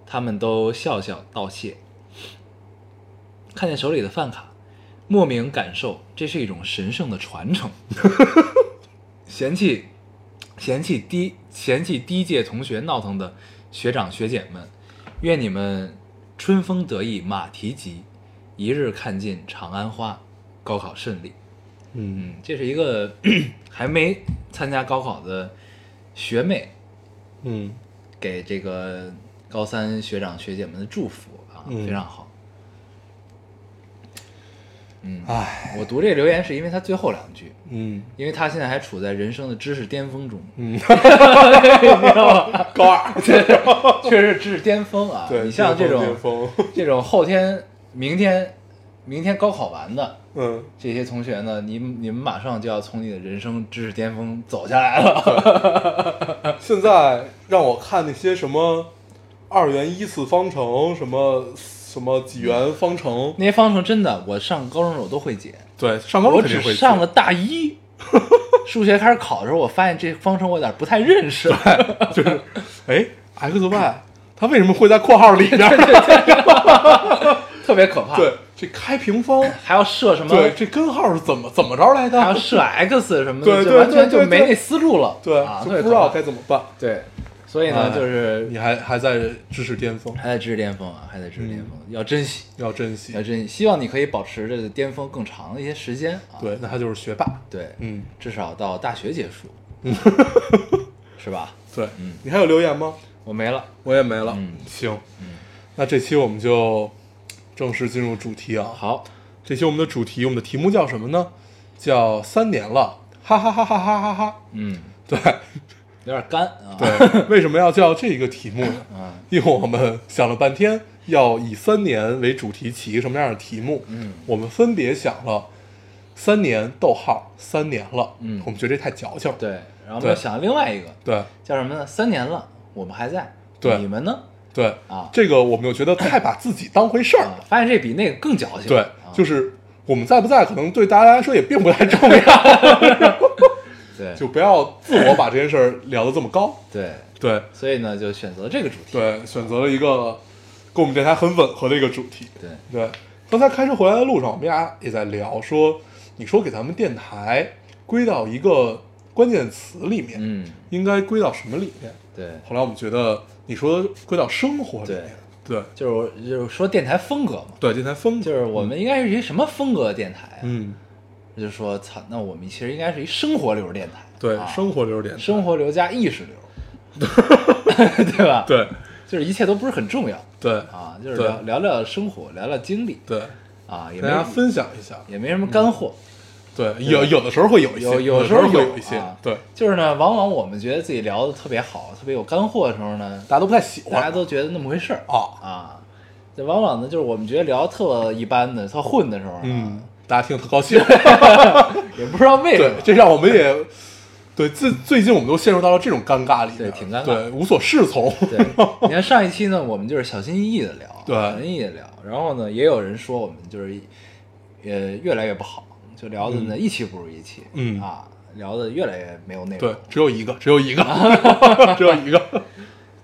[SPEAKER 2] 他们都笑笑道谢。看见手里的饭卡，莫名感受这是一种神圣的传承。嫌弃嫌弃低嫌弃低届同学闹腾的学长学姐们，愿你们春风得意马蹄疾，一日看尽长安花，高考顺利。嗯，
[SPEAKER 1] 嗯
[SPEAKER 2] 这是一个 (coughs) 咳还没参加高考的学妹
[SPEAKER 1] 嗯
[SPEAKER 2] 给这个高三学长学姐们的祝福啊，
[SPEAKER 1] 嗯
[SPEAKER 2] 非常好。
[SPEAKER 1] 嗯唉，
[SPEAKER 2] 我读这留言是因为他最后两句，
[SPEAKER 1] 嗯
[SPEAKER 2] 因为他现在还处在人生的知识巅峰中，
[SPEAKER 1] 嗯，
[SPEAKER 2] 你知道吗？
[SPEAKER 1] 高二，
[SPEAKER 2] 确实是知识巅峰啊！
[SPEAKER 1] 对，
[SPEAKER 2] 你像这
[SPEAKER 1] 巅
[SPEAKER 2] 种
[SPEAKER 1] 峰，
[SPEAKER 2] (laughs) 这种后天、明天、明天高考完的
[SPEAKER 1] 嗯，
[SPEAKER 2] 这些同学呢，你们你们马上就要从你的人生知识巅峰走下来了。 (laughs)
[SPEAKER 1] 现在让我看那些什么二元一次方程，什么什么几元方程，
[SPEAKER 2] 那些方程真的，我上高中的时候都会解，
[SPEAKER 1] 对，上高
[SPEAKER 2] 我
[SPEAKER 1] 中肯
[SPEAKER 2] 只
[SPEAKER 1] 定会
[SPEAKER 2] 上
[SPEAKER 1] 去
[SPEAKER 2] 了大
[SPEAKER 1] (laughs)
[SPEAKER 2] 一，数学开始考的时候，我发现这方程我有点不太认
[SPEAKER 1] (laughs)
[SPEAKER 2] 识了。
[SPEAKER 1] 就是，哎，x (laughs) y，它为什么会在括号里边 (laughs) 儿？
[SPEAKER 2] 特别可怕。
[SPEAKER 1] 对，，这开平方，
[SPEAKER 2] 还要设什么？
[SPEAKER 1] 对，这根号是怎么怎么着来
[SPEAKER 2] 还要
[SPEAKER 1] 的？
[SPEAKER 2] 设 x 什么的，
[SPEAKER 1] 对
[SPEAKER 2] 就
[SPEAKER 1] 对
[SPEAKER 2] 完全
[SPEAKER 1] 对
[SPEAKER 2] 就
[SPEAKER 1] 对
[SPEAKER 2] 没
[SPEAKER 1] 对
[SPEAKER 2] 那思路了。
[SPEAKER 1] 对，
[SPEAKER 2] 啊，
[SPEAKER 1] 就
[SPEAKER 2] 特别
[SPEAKER 1] 不知道
[SPEAKER 2] 可怕
[SPEAKER 1] 该怎么办。
[SPEAKER 2] 对，所以呢，
[SPEAKER 1] 哎
[SPEAKER 2] 就是
[SPEAKER 1] 你还还在知识巅峰，
[SPEAKER 2] 还在知识巅峰啊，还在知识巅峰，
[SPEAKER 1] 嗯
[SPEAKER 2] 要珍惜，
[SPEAKER 1] 要珍
[SPEAKER 2] 要
[SPEAKER 1] 惜。
[SPEAKER 2] 珍惜。呃希望你可以保持着巅峰更长的一些时间啊。
[SPEAKER 1] 对，那他就是学霸。
[SPEAKER 2] 对，
[SPEAKER 1] 嗯，
[SPEAKER 2] 至少到大学结
[SPEAKER 1] (laughs)
[SPEAKER 2] 束，是吧？
[SPEAKER 1] 对，你还有留言吗？
[SPEAKER 2] 我没了，
[SPEAKER 1] 我也没了。
[SPEAKER 2] 嗯
[SPEAKER 1] 行，那这期我们就正式进入主题啊。
[SPEAKER 2] 好，
[SPEAKER 1] 这期我们的主题，我们的题目叫什么呢？叫三年了，哈哈哈哈哈哈哈。
[SPEAKER 2] 嗯，
[SPEAKER 1] 对
[SPEAKER 2] 有点干啊。，
[SPEAKER 1] 对， (laughs) 为什么要叫这个题目呢？
[SPEAKER 2] 嗯
[SPEAKER 1] 因为我们想了半天，要以三年为主题起一个什么样的题目？
[SPEAKER 2] 嗯，
[SPEAKER 1] 我们分别想了三年，逗号三年了，
[SPEAKER 2] 嗯
[SPEAKER 1] 我们觉得这太矫情了。
[SPEAKER 2] 对。然后我们又
[SPEAKER 1] 对
[SPEAKER 2] 想了另外一个，
[SPEAKER 1] 对
[SPEAKER 2] 叫什么呢？三年了，我们还在，
[SPEAKER 1] 对
[SPEAKER 2] 你们呢？
[SPEAKER 1] 对
[SPEAKER 2] 啊
[SPEAKER 1] 这个我们又觉得太把自己当回事儿
[SPEAKER 2] 啊
[SPEAKER 1] 了。，
[SPEAKER 2] 发现这比那个更矫情。
[SPEAKER 1] 对
[SPEAKER 2] 啊，
[SPEAKER 1] 就是我们在不在，可能对大家来说也并不太
[SPEAKER 2] (laughs)
[SPEAKER 1] 重要，
[SPEAKER 2] 对，
[SPEAKER 1] 就不要自我把这件事儿聊得这么高。
[SPEAKER 2] 对，
[SPEAKER 1] 对
[SPEAKER 2] 所以呢，就选择这个主题。
[SPEAKER 1] 对，选择了一个跟我们这台很吻合的一个主题。
[SPEAKER 2] 对，
[SPEAKER 1] 对，刚才开车回来的路上，我们俩也在聊说，你说给咱们电台归到一个关键词里面，
[SPEAKER 2] 嗯，
[SPEAKER 1] 应该归到什么里面？
[SPEAKER 2] 对，
[SPEAKER 1] 后来我们觉得，你说归到生活里面，对
[SPEAKER 2] 就是我就是说电台风格嘛，
[SPEAKER 1] 对，电台风
[SPEAKER 2] 就
[SPEAKER 1] 格，
[SPEAKER 2] 是我们应该是一什么风格的电台、啊？，
[SPEAKER 1] 嗯，
[SPEAKER 2] 就说操，那我们其实应该是一生活流电台，
[SPEAKER 1] 对，
[SPEAKER 2] 啊、
[SPEAKER 1] 生活流电台，
[SPEAKER 2] 生活流加意识流，对吧？，
[SPEAKER 1] (laughs) 对
[SPEAKER 2] 就是一切都不是很重要
[SPEAKER 1] 对
[SPEAKER 2] 啊，就是
[SPEAKER 1] 对
[SPEAKER 2] 聊聊聊生活，聊聊经历
[SPEAKER 1] 对，
[SPEAKER 2] 啊，也
[SPEAKER 1] 跟
[SPEAKER 2] 没
[SPEAKER 1] 大家分享一下，
[SPEAKER 2] 也没什么干货。
[SPEAKER 1] 对，有有的时候会有一些，
[SPEAKER 2] 有有
[SPEAKER 1] 有
[SPEAKER 2] 时候
[SPEAKER 1] 会
[SPEAKER 2] 有
[SPEAKER 1] 一些
[SPEAKER 2] 啊，
[SPEAKER 1] 对，
[SPEAKER 2] 就是呢，往往我们觉得自己聊的特别好，特别有干货的时候呢，
[SPEAKER 1] 大家都不太喜
[SPEAKER 2] 大家
[SPEAKER 1] 欢
[SPEAKER 2] 都觉得那么回事儿
[SPEAKER 1] 啊，
[SPEAKER 2] 啊。这往往呢，就是我们觉得聊特一般的、特混的时候呢，
[SPEAKER 1] 嗯，大家听得特
[SPEAKER 2] (laughs)
[SPEAKER 1] 高兴。
[SPEAKER 2] 也不知道为什
[SPEAKER 1] 对
[SPEAKER 2] 么，。
[SPEAKER 1] 这让我们也对最最近我们都陷入到了这种尴尬里面，
[SPEAKER 2] 对挺尴尬
[SPEAKER 1] 对，无所适从。
[SPEAKER 2] (laughs) 对，你看上一期呢，我们就是小心翼翼的聊，啊
[SPEAKER 1] 对
[SPEAKER 2] 小心翼翼的聊。然后呢，也有人说我们就是，呃，越来越不好，就聊的呢、一期不如一期，
[SPEAKER 1] 嗯
[SPEAKER 2] 啊，聊的越来越没有内容
[SPEAKER 1] 对，，只有一个，只
[SPEAKER 2] (laughs)
[SPEAKER 1] 有一个，只有一个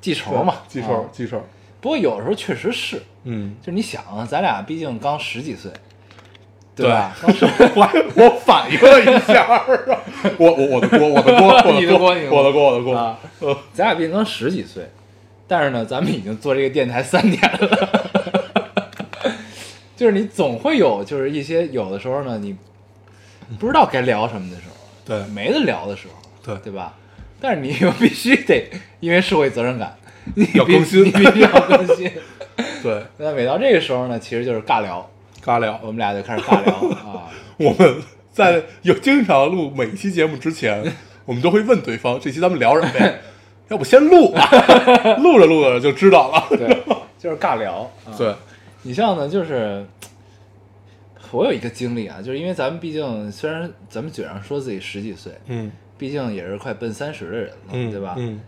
[SPEAKER 2] 记仇嘛，
[SPEAKER 1] 记
[SPEAKER 2] 啊
[SPEAKER 1] 仇，记仇。
[SPEAKER 2] 不过有时候确实是，
[SPEAKER 1] 嗯，
[SPEAKER 2] 就你想啊，咱俩毕竟刚十几岁，
[SPEAKER 1] 对 (laughs)
[SPEAKER 2] 吧？刚十，
[SPEAKER 1] 我还我反应了一下儿啊，我我我的锅，我的
[SPEAKER 2] (laughs)
[SPEAKER 1] 锅，我
[SPEAKER 2] 你
[SPEAKER 1] 的
[SPEAKER 2] 的锅你的锅
[SPEAKER 1] 我的锅，我的锅
[SPEAKER 2] 啊，
[SPEAKER 1] 呃，
[SPEAKER 2] 咱俩毕竟刚十几岁，但是呢，咱们已经做这个电台三年了，就是你总会有，就是一些有的时候呢，你不知道该聊什么的时候。
[SPEAKER 1] 对
[SPEAKER 2] 没得聊的时候，
[SPEAKER 1] 对
[SPEAKER 2] 对吧？但是你又必须得因为社会责任感，你
[SPEAKER 1] 要
[SPEAKER 2] 必
[SPEAKER 1] 更新
[SPEAKER 2] 你必须要更新。
[SPEAKER 1] 对，
[SPEAKER 2] 那每到这个时候呢，其实就是尬聊，
[SPEAKER 1] 尬聊
[SPEAKER 2] 我，们俩就开始尬聊啊。
[SPEAKER 1] (laughs) 我们在有经常录每一期节目
[SPEAKER 2] (laughs)
[SPEAKER 1] 之前，我们都会问对方这期咱们聊什么呀？ (laughs) 要不先录吧， (laughs) 录着录着就知道了。 (laughs)
[SPEAKER 2] 对，就是尬聊。啊、
[SPEAKER 1] 对，
[SPEAKER 2] 你像呢，就是我有一个经历啊，就是因为咱们毕竟虽然咱们嘴上说自己十几岁，
[SPEAKER 1] 嗯
[SPEAKER 2] 毕竟也是快奔三十的人了，
[SPEAKER 1] 嗯，
[SPEAKER 2] 对吧？
[SPEAKER 1] 嗯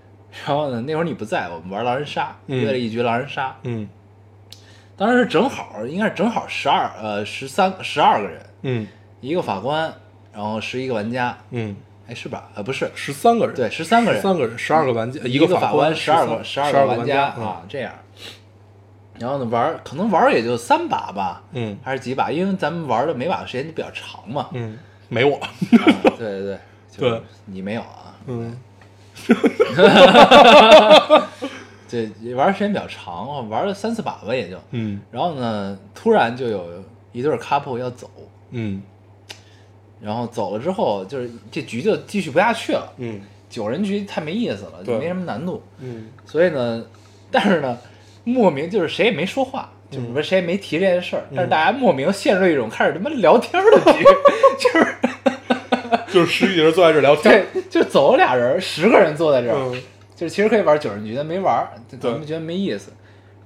[SPEAKER 2] 然后呢，那会儿你不在，我们玩狼人杀，
[SPEAKER 1] 嗯
[SPEAKER 2] 约了一局狼人杀，
[SPEAKER 1] 嗯
[SPEAKER 2] 当时正好应该是正好十二呃十三十二个人，
[SPEAKER 1] 嗯
[SPEAKER 2] 一个法官，然后十一个玩家，
[SPEAKER 1] 嗯，
[SPEAKER 2] 哎是吧？呃不是，
[SPEAKER 1] 十三个人，
[SPEAKER 2] 对13个人
[SPEAKER 1] 三个人，十二个玩家，
[SPEAKER 2] 一
[SPEAKER 1] 个
[SPEAKER 2] 法
[SPEAKER 1] 官，
[SPEAKER 2] 十二个
[SPEAKER 1] 十
[SPEAKER 2] 二
[SPEAKER 1] 个
[SPEAKER 2] 玩
[SPEAKER 1] 家嗯
[SPEAKER 2] 啊，这样。然后呢玩儿可能玩儿也就三把吧，
[SPEAKER 1] 嗯
[SPEAKER 2] 还是几把，因为咱们玩的每把的时间都比较长嘛。
[SPEAKER 1] 嗯，没我， (laughs)
[SPEAKER 2] 啊对对对，就是
[SPEAKER 1] 对
[SPEAKER 2] 你没有啊，
[SPEAKER 1] 嗯
[SPEAKER 2] 这玩的时间比较长，玩了三四把吧也就。
[SPEAKER 1] (laughs) 嗯
[SPEAKER 2] 然后呢，突然就有一对儿 couple 要走，
[SPEAKER 1] 嗯
[SPEAKER 2] 然后走了之后，就是这局就继续不下去了。
[SPEAKER 1] 嗯
[SPEAKER 2] 九人局太没意思了，就
[SPEAKER 1] 对
[SPEAKER 2] 没什么难度。
[SPEAKER 1] 嗯
[SPEAKER 2] 所以呢，但是呢，莫名就是谁也没说话，就是
[SPEAKER 1] 嗯
[SPEAKER 2] 说谁也没提这件事儿，但是大家莫名陷入一种开始他妈聊天儿的
[SPEAKER 1] (laughs)
[SPEAKER 2] 局，就是
[SPEAKER 1] 就是十几人坐在这儿聊天
[SPEAKER 2] 对，，就走了俩人，十个人坐在这儿，
[SPEAKER 1] 嗯，
[SPEAKER 2] 就是其实可以玩九人局，但没玩儿，就咱们觉得没意思。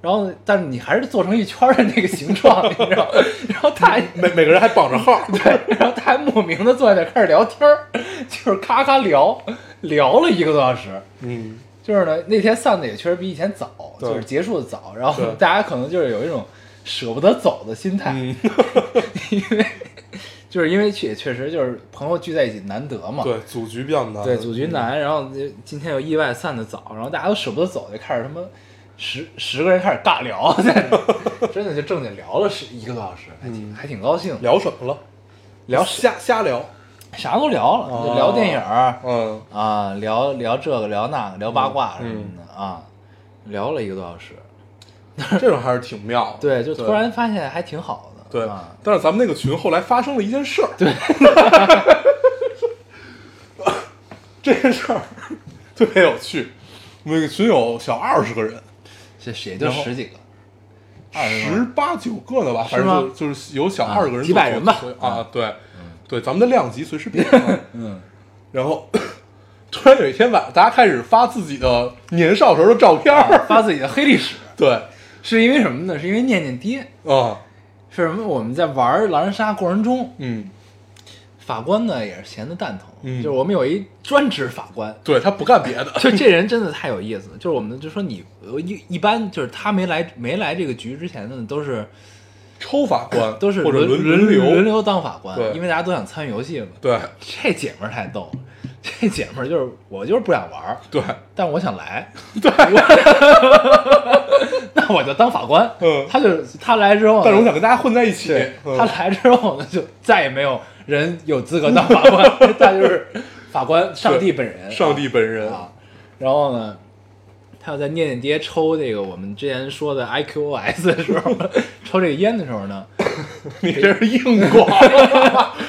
[SPEAKER 2] 然后，但是你还是做成一圈儿的那个形状，你知道？ (laughs) 然后
[SPEAKER 1] (laughs)
[SPEAKER 2] 他还
[SPEAKER 1] 每每个人还绑着号，
[SPEAKER 2] 对， (laughs) 然后他还莫名的坐在那儿开始聊天儿，就是咔咔聊，聊了一个多小时。
[SPEAKER 1] 嗯，
[SPEAKER 2] 就是呢，那天散的也确实比以前早，
[SPEAKER 1] 对
[SPEAKER 2] 就是结束的早，然后
[SPEAKER 1] 对
[SPEAKER 2] 大家可能就是有一种舍不得走的心态，
[SPEAKER 1] 嗯
[SPEAKER 2] 因为就是因为确确实就是朋友聚在一起难得嘛，
[SPEAKER 1] 对，组局比较难，
[SPEAKER 2] 对，组局难，然后今天又意外散的早，然后大家都舍不得走，就开始他妈十十个人开始尬聊， (laughs) 真的就正经聊了十一个多小时，还挺、还挺高兴，
[SPEAKER 1] 聊什么了？
[SPEAKER 2] 聊
[SPEAKER 1] 瞎瞎聊，
[SPEAKER 2] 啥都聊了，就聊电影儿、
[SPEAKER 1] 嗯
[SPEAKER 2] 啊，聊聊这个聊那个，聊八卦什
[SPEAKER 1] 嗯
[SPEAKER 2] 么的、啊，聊了一个多小时，
[SPEAKER 1] (clears throat) 这种还是挺妙的。
[SPEAKER 2] 对，就突然发现还挺好的，
[SPEAKER 1] 对
[SPEAKER 2] 啊，
[SPEAKER 1] 但是咱们那个群后来发生了一件事儿，对， (laughs) 这件事儿 (laughs) 特别有趣。我们那个群有小二十个人，
[SPEAKER 2] 这也就
[SPEAKER 1] 然后
[SPEAKER 2] 十几个，二十
[SPEAKER 1] 十八九个呢吧，
[SPEAKER 2] 是
[SPEAKER 1] 反
[SPEAKER 2] 吗
[SPEAKER 1] 正就就是有小二十个人，
[SPEAKER 2] 啊几百人吧嗯
[SPEAKER 1] 啊，对，对，咱们的量级随
[SPEAKER 2] (laughs)
[SPEAKER 1] 时变。嗯，然后 (laughs) 突然有一天晚上，大家开始发自己的年少时候的照片
[SPEAKER 2] (laughs) 啊
[SPEAKER 1] 儿，
[SPEAKER 2] 发自己的黑历史，
[SPEAKER 1] 对，
[SPEAKER 2] 是因为什么呢？是因为念念爹，
[SPEAKER 1] 啊，
[SPEAKER 2] 是什么？我们在玩狼人杀过程中。
[SPEAKER 1] 嗯，
[SPEAKER 2] 法官呢也是闲的蛋疼，
[SPEAKER 1] 嗯
[SPEAKER 2] 就是我们有一专职法
[SPEAKER 1] (laughs)
[SPEAKER 2] 官，
[SPEAKER 1] 对他不干别的， (laughs)
[SPEAKER 2] 就这人真的太有意思了。就是我们就说你呃一一般就是他没来没来这个局之前呢，都是
[SPEAKER 1] 抽法官
[SPEAKER 2] 都是
[SPEAKER 1] 或者
[SPEAKER 2] 轮
[SPEAKER 1] 轮
[SPEAKER 2] 流轮
[SPEAKER 1] 流，
[SPEAKER 2] 流当法官
[SPEAKER 1] 对，
[SPEAKER 2] 因为大家都想参与游戏嘛。
[SPEAKER 1] 对
[SPEAKER 2] 这姐们儿太逗了，这姐们儿就是我就是不想玩儿，
[SPEAKER 1] 对，
[SPEAKER 2] 但我想
[SPEAKER 1] (laughs)
[SPEAKER 2] 来，对， (laughs) 那我就当法官。
[SPEAKER 1] 嗯
[SPEAKER 2] 他就他来之后呢，
[SPEAKER 1] 但是我想跟大家混在一起，嗯
[SPEAKER 2] (laughs) 他来之后呢，就再也没有人有资格当法
[SPEAKER 1] (laughs)
[SPEAKER 2] 官，他就是法官，上帝本人，
[SPEAKER 1] 上帝本人
[SPEAKER 2] 啊。然后呢，他要在念念爹抽这个我们之前说的 IQOS 的时候， (laughs) 抽这个烟的时候呢，
[SPEAKER 1] 你这是硬
[SPEAKER 2] (laughs)
[SPEAKER 1] 广，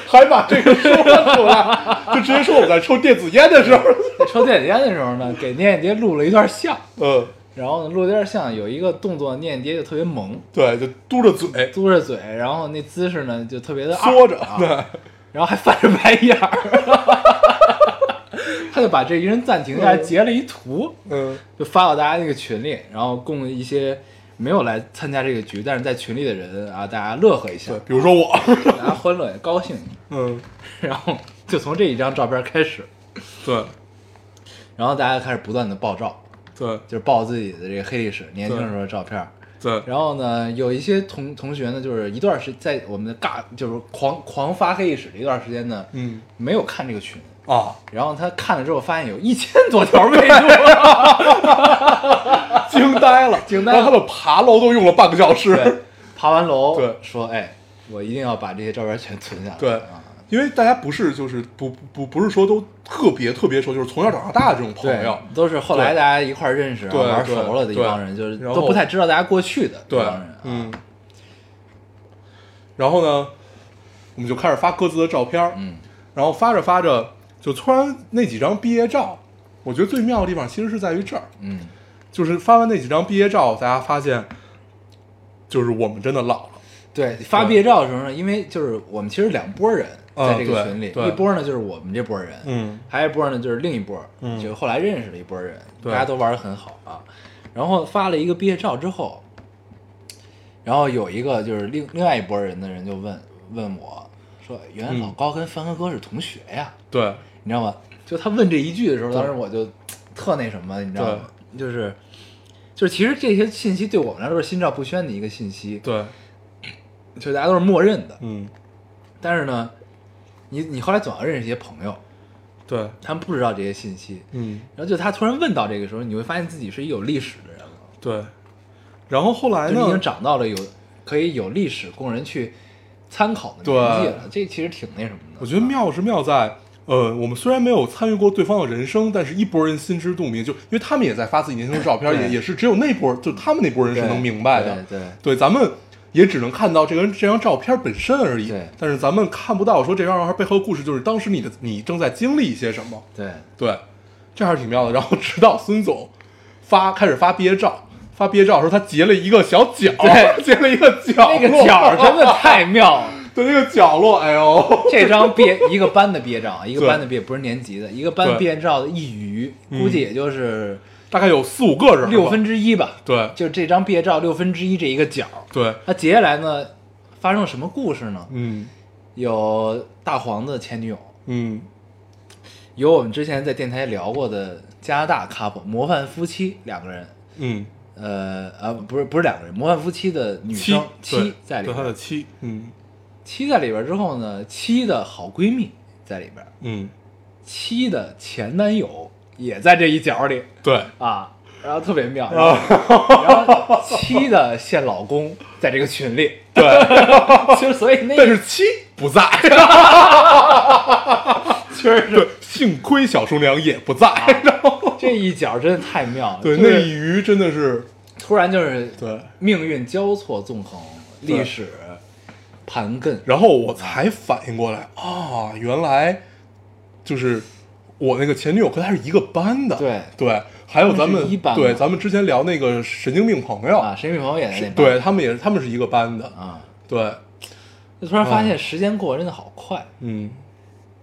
[SPEAKER 1] 还把这个说出来，就直接说我在抽电子烟
[SPEAKER 2] (laughs)
[SPEAKER 1] 的时候，
[SPEAKER 2] 在抽电子烟的时候呢，给念念爹录了一段像。
[SPEAKER 1] 嗯，
[SPEAKER 2] 然后呢，录了一段像，有一个动作，念念爹就特别萌，
[SPEAKER 1] 对，就嘟着嘴
[SPEAKER 2] 嘟着嘴，然后那姿势呢就特别的
[SPEAKER 1] 缩着，
[SPEAKER 2] 啊，
[SPEAKER 1] 对，
[SPEAKER 2] 然后还翻着白眼儿， (laughs) 他就把这一人暂停下来截了一图，
[SPEAKER 1] 嗯
[SPEAKER 2] 就发到大家那个群里，然后供一些没有来参加这个局，但是在群里的人啊，大家乐呵一下
[SPEAKER 1] 对，，比如
[SPEAKER 2] (laughs)
[SPEAKER 1] 说我，
[SPEAKER 2] 大家欢乐高兴，
[SPEAKER 1] 嗯，
[SPEAKER 2] 然后就从这一张照片开始，
[SPEAKER 1] 对
[SPEAKER 2] 然后大家开始不断的爆照，
[SPEAKER 1] 对
[SPEAKER 2] 就是爆自己的这个黑历史，年轻时候的照片。
[SPEAKER 1] 对，
[SPEAKER 2] 然后呢，有一些同同学呢，就是一段时在我们的尬，就是狂狂发黑历史的一段时间呢，
[SPEAKER 1] 嗯
[SPEAKER 2] 没有看这个群，
[SPEAKER 1] 啊，
[SPEAKER 2] 然后他看了之后发现有一千多条未读，
[SPEAKER 1] 惊呆了，
[SPEAKER 2] 惊呆了
[SPEAKER 1] 然后他们爬楼都用了半个小时
[SPEAKER 2] 对，爬完楼，
[SPEAKER 1] 对
[SPEAKER 2] 说哎，我一定要把这些照片全存下来，
[SPEAKER 1] 对
[SPEAKER 2] 啊，
[SPEAKER 1] 因为大家不是就是不不不是说都特别特别熟，就是从小长到大的这种朋
[SPEAKER 2] 对
[SPEAKER 1] 友，，
[SPEAKER 2] 都是后来
[SPEAKER 1] 对
[SPEAKER 2] 大家一块儿认识，然后
[SPEAKER 1] 对
[SPEAKER 2] 玩熟了的一
[SPEAKER 1] 对
[SPEAKER 2] 帮人，就是
[SPEAKER 1] 然
[SPEAKER 2] 都
[SPEAKER 1] 后
[SPEAKER 2] 不太知道大家过去的一
[SPEAKER 1] 对
[SPEAKER 2] 帮人，，啊
[SPEAKER 1] 嗯。然后呢，我们就开始发各自的照片儿，
[SPEAKER 2] 嗯
[SPEAKER 1] 然后发着发着，就突然那几张毕业照，我觉得最妙的地方其实是在于这儿，
[SPEAKER 2] 嗯，
[SPEAKER 1] 就是发完那几张毕业照，大家发现，就是我们真的老了，
[SPEAKER 2] 对，发毕业照的时候呢，因为就是我们其实两拨人在这个
[SPEAKER 1] 嗯
[SPEAKER 2] 群里，
[SPEAKER 1] 对对
[SPEAKER 2] 一波呢就是我们这波人，
[SPEAKER 1] 嗯
[SPEAKER 2] 还有一波呢就是另一波，
[SPEAKER 1] 嗯
[SPEAKER 2] 就是后来认识的一波人，大
[SPEAKER 1] 对
[SPEAKER 2] 家都玩的很好啊。然后发了一个毕业照之后，然后有一个就是另另外一波人的人就问问我说，原来
[SPEAKER 1] 嗯
[SPEAKER 2] 老高跟帆哥哥是同学呀，
[SPEAKER 1] 对，
[SPEAKER 2] 你知道吗？就他问这一句的时候，当时我就特那什么，你知道吗？就是就是其实这些信息对我们来说是心照不宣的一个信息，
[SPEAKER 1] 对，
[SPEAKER 2] 就是大家都是默认的。
[SPEAKER 1] 嗯，
[SPEAKER 2] 但是呢，你你后来总要认识一些朋友，
[SPEAKER 1] 对，
[SPEAKER 2] 他们不知道这些信息，
[SPEAKER 1] 嗯，
[SPEAKER 2] 然后就他突然问到这个时候，你会发现自己是一有历史的人了，
[SPEAKER 1] 对。然后后来
[SPEAKER 2] 就你已
[SPEAKER 1] 呢
[SPEAKER 2] 经？长到了有可以有历史供人去参考的年纪了，这其实挺那什么的。
[SPEAKER 1] 我觉得妙是妙在，呃，我们虽然没有参与过对方的人生，但是一拨人心知肚明，就因为他们也在发自己年轻的照片，
[SPEAKER 2] 对
[SPEAKER 1] 也也是只有那拨，就他们那拨人是
[SPEAKER 2] 对
[SPEAKER 1] 能明白的。
[SPEAKER 2] 对对
[SPEAKER 1] 对，咱们也只能看到这个人这张照片本身而已
[SPEAKER 2] 对。
[SPEAKER 1] 但是咱们看不到说这张照片背后的故事，就是当时你的你正在经历一些什么。
[SPEAKER 2] 对
[SPEAKER 1] 对，这还是挺妙的。然后直到孙总发开始发毕业照，发毕业照的时候，他截了一个小角，
[SPEAKER 2] 对
[SPEAKER 1] 截了一个角
[SPEAKER 2] 那
[SPEAKER 1] 落，
[SPEAKER 2] 个角儿真的太妙了。
[SPEAKER 1] 对那个角落，哎 (laughs) 呦，
[SPEAKER 2] 这张毕业一个班的毕业照啊，一个
[SPEAKER 1] 对
[SPEAKER 2] 班的毕业不是年级的，一个班
[SPEAKER 1] 对
[SPEAKER 2] 毕业照的一余，估计也就是
[SPEAKER 1] 大概有四五个人吧，
[SPEAKER 2] 六分之一吧。
[SPEAKER 1] 对
[SPEAKER 2] 就这张毕业照六分之一这一个角儿。
[SPEAKER 1] 对，
[SPEAKER 2] 那接下来呢，发生了什么故事呢？
[SPEAKER 1] 嗯
[SPEAKER 2] 有大黄的前女友，
[SPEAKER 1] 嗯
[SPEAKER 2] 有我们之前在电台聊过的加拿大 couple 模范夫妻两个人，
[SPEAKER 1] 嗯，
[SPEAKER 2] 呃啊不是不是两个人，模范夫妻的女
[SPEAKER 1] 妻
[SPEAKER 2] 生
[SPEAKER 1] 对
[SPEAKER 2] 妻在里
[SPEAKER 1] 对他
[SPEAKER 2] 边
[SPEAKER 1] 的，妻，嗯
[SPEAKER 2] 妻在里边之后呢，妻的好闺蜜在里边，
[SPEAKER 1] 嗯，
[SPEAKER 2] 妻的前男友也在这一角里
[SPEAKER 1] 对
[SPEAKER 2] 啊，然后特别妙，
[SPEAKER 1] 哦
[SPEAKER 2] 然后然后妻的现老公在这个群
[SPEAKER 1] (laughs)
[SPEAKER 2] 里，
[SPEAKER 1] 对，
[SPEAKER 2] 其实所以那
[SPEAKER 1] 但
[SPEAKER 2] 个
[SPEAKER 1] 是妻不在，
[SPEAKER 2] (laughs) 确实啊
[SPEAKER 1] 对，幸亏小叔娘也不在，
[SPEAKER 2] 这一角真的太妙了，
[SPEAKER 1] 对，
[SPEAKER 2] 就
[SPEAKER 1] 那
[SPEAKER 2] 是
[SPEAKER 1] 一鱼真的是，
[SPEAKER 2] 突然就是
[SPEAKER 1] 对，
[SPEAKER 2] 命运交错纵横，
[SPEAKER 1] 对
[SPEAKER 2] 历史盘亘，
[SPEAKER 1] 然后我才反应过来啊，原来就是我那个前女友和她是一个班的，
[SPEAKER 2] 对
[SPEAKER 1] 对，还有咱
[SPEAKER 2] 他们是一
[SPEAKER 1] 们
[SPEAKER 2] 班的
[SPEAKER 1] 对咱们之前聊那个神经病朋友，
[SPEAKER 2] 啊，神秘朋友也在那
[SPEAKER 1] 是
[SPEAKER 2] 帮
[SPEAKER 1] 对他们也是他们是一个班的，
[SPEAKER 2] 啊，
[SPEAKER 1] 对，
[SPEAKER 2] 就突然发现时间过得真的好快，
[SPEAKER 1] 嗯，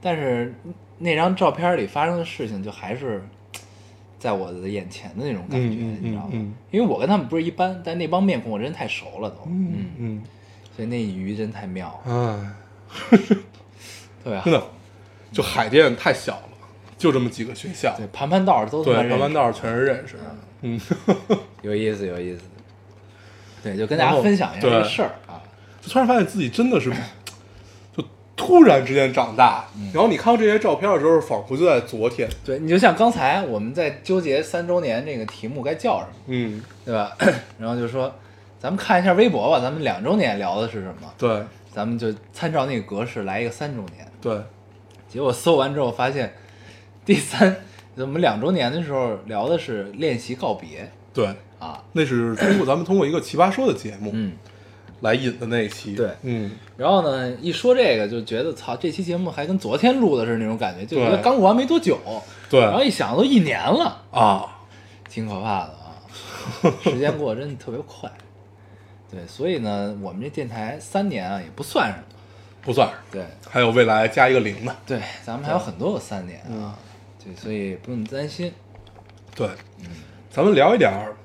[SPEAKER 2] 但是那张照片里发生的事情就还是嘖在我的眼前的那种感觉，
[SPEAKER 1] 嗯嗯
[SPEAKER 2] 你知道吗？
[SPEAKER 1] 嗯嗯
[SPEAKER 2] 因为我跟他们不是一般，但那帮面孔我真太熟了都，嗯，
[SPEAKER 1] 嗯
[SPEAKER 2] 所以那鱼真太妙了，
[SPEAKER 1] 嗯，哎，
[SPEAKER 2] 对啊吧？
[SPEAKER 1] 真的，就海淀太小了，就这么几个学校，
[SPEAKER 2] 对，盘盘道儿都他
[SPEAKER 1] 对
[SPEAKER 2] 妈，认识
[SPEAKER 1] 南湾道全是认识的，嗯，
[SPEAKER 2] 有意思，有意思。对，就跟大
[SPEAKER 1] 然
[SPEAKER 2] 家
[SPEAKER 1] 后
[SPEAKER 2] 分享一下这
[SPEAKER 1] 对
[SPEAKER 2] 个事儿啊，
[SPEAKER 1] 就突然发现自己真的是，就突然之间长大，然后你看到这些照片的时候，仿佛就在昨天，
[SPEAKER 2] 对你就像刚才我们在纠结三周年这个题目该叫什么，
[SPEAKER 1] 嗯，
[SPEAKER 2] 对吧？ (coughs) 然后就说，咱们看一下微博吧，咱们两周年聊的是什么？
[SPEAKER 1] 对
[SPEAKER 2] 咱们就参照那个格式来一个三周年。
[SPEAKER 1] 对，
[SPEAKER 2] 结果搜完之后发现，第三，我们两周年的时候聊的是练习告别
[SPEAKER 1] 对，
[SPEAKER 2] 啊，
[SPEAKER 1] 那是通过咱们通过一个奇葩说的节目
[SPEAKER 2] 嗯，
[SPEAKER 1] 来引的那一期。
[SPEAKER 2] 对
[SPEAKER 1] 嗯，
[SPEAKER 2] 然后呢，一说这个就觉得操，这期节目还跟昨天录的是那种感觉，就觉得
[SPEAKER 1] 对
[SPEAKER 2] 刚过完没多久，
[SPEAKER 1] 对
[SPEAKER 2] 然后一想都一年了，
[SPEAKER 1] 啊，
[SPEAKER 2] 挺可怕的啊，时间过得真的特别快。对，所以呢，我们这电台三年啊也不算什么。
[SPEAKER 1] 不算是，
[SPEAKER 2] 对
[SPEAKER 1] 还有未来加一个零呢。
[SPEAKER 2] 对，咱们还有很多个三年啊，对，所以不用担心。
[SPEAKER 1] 对，咱们聊一点儿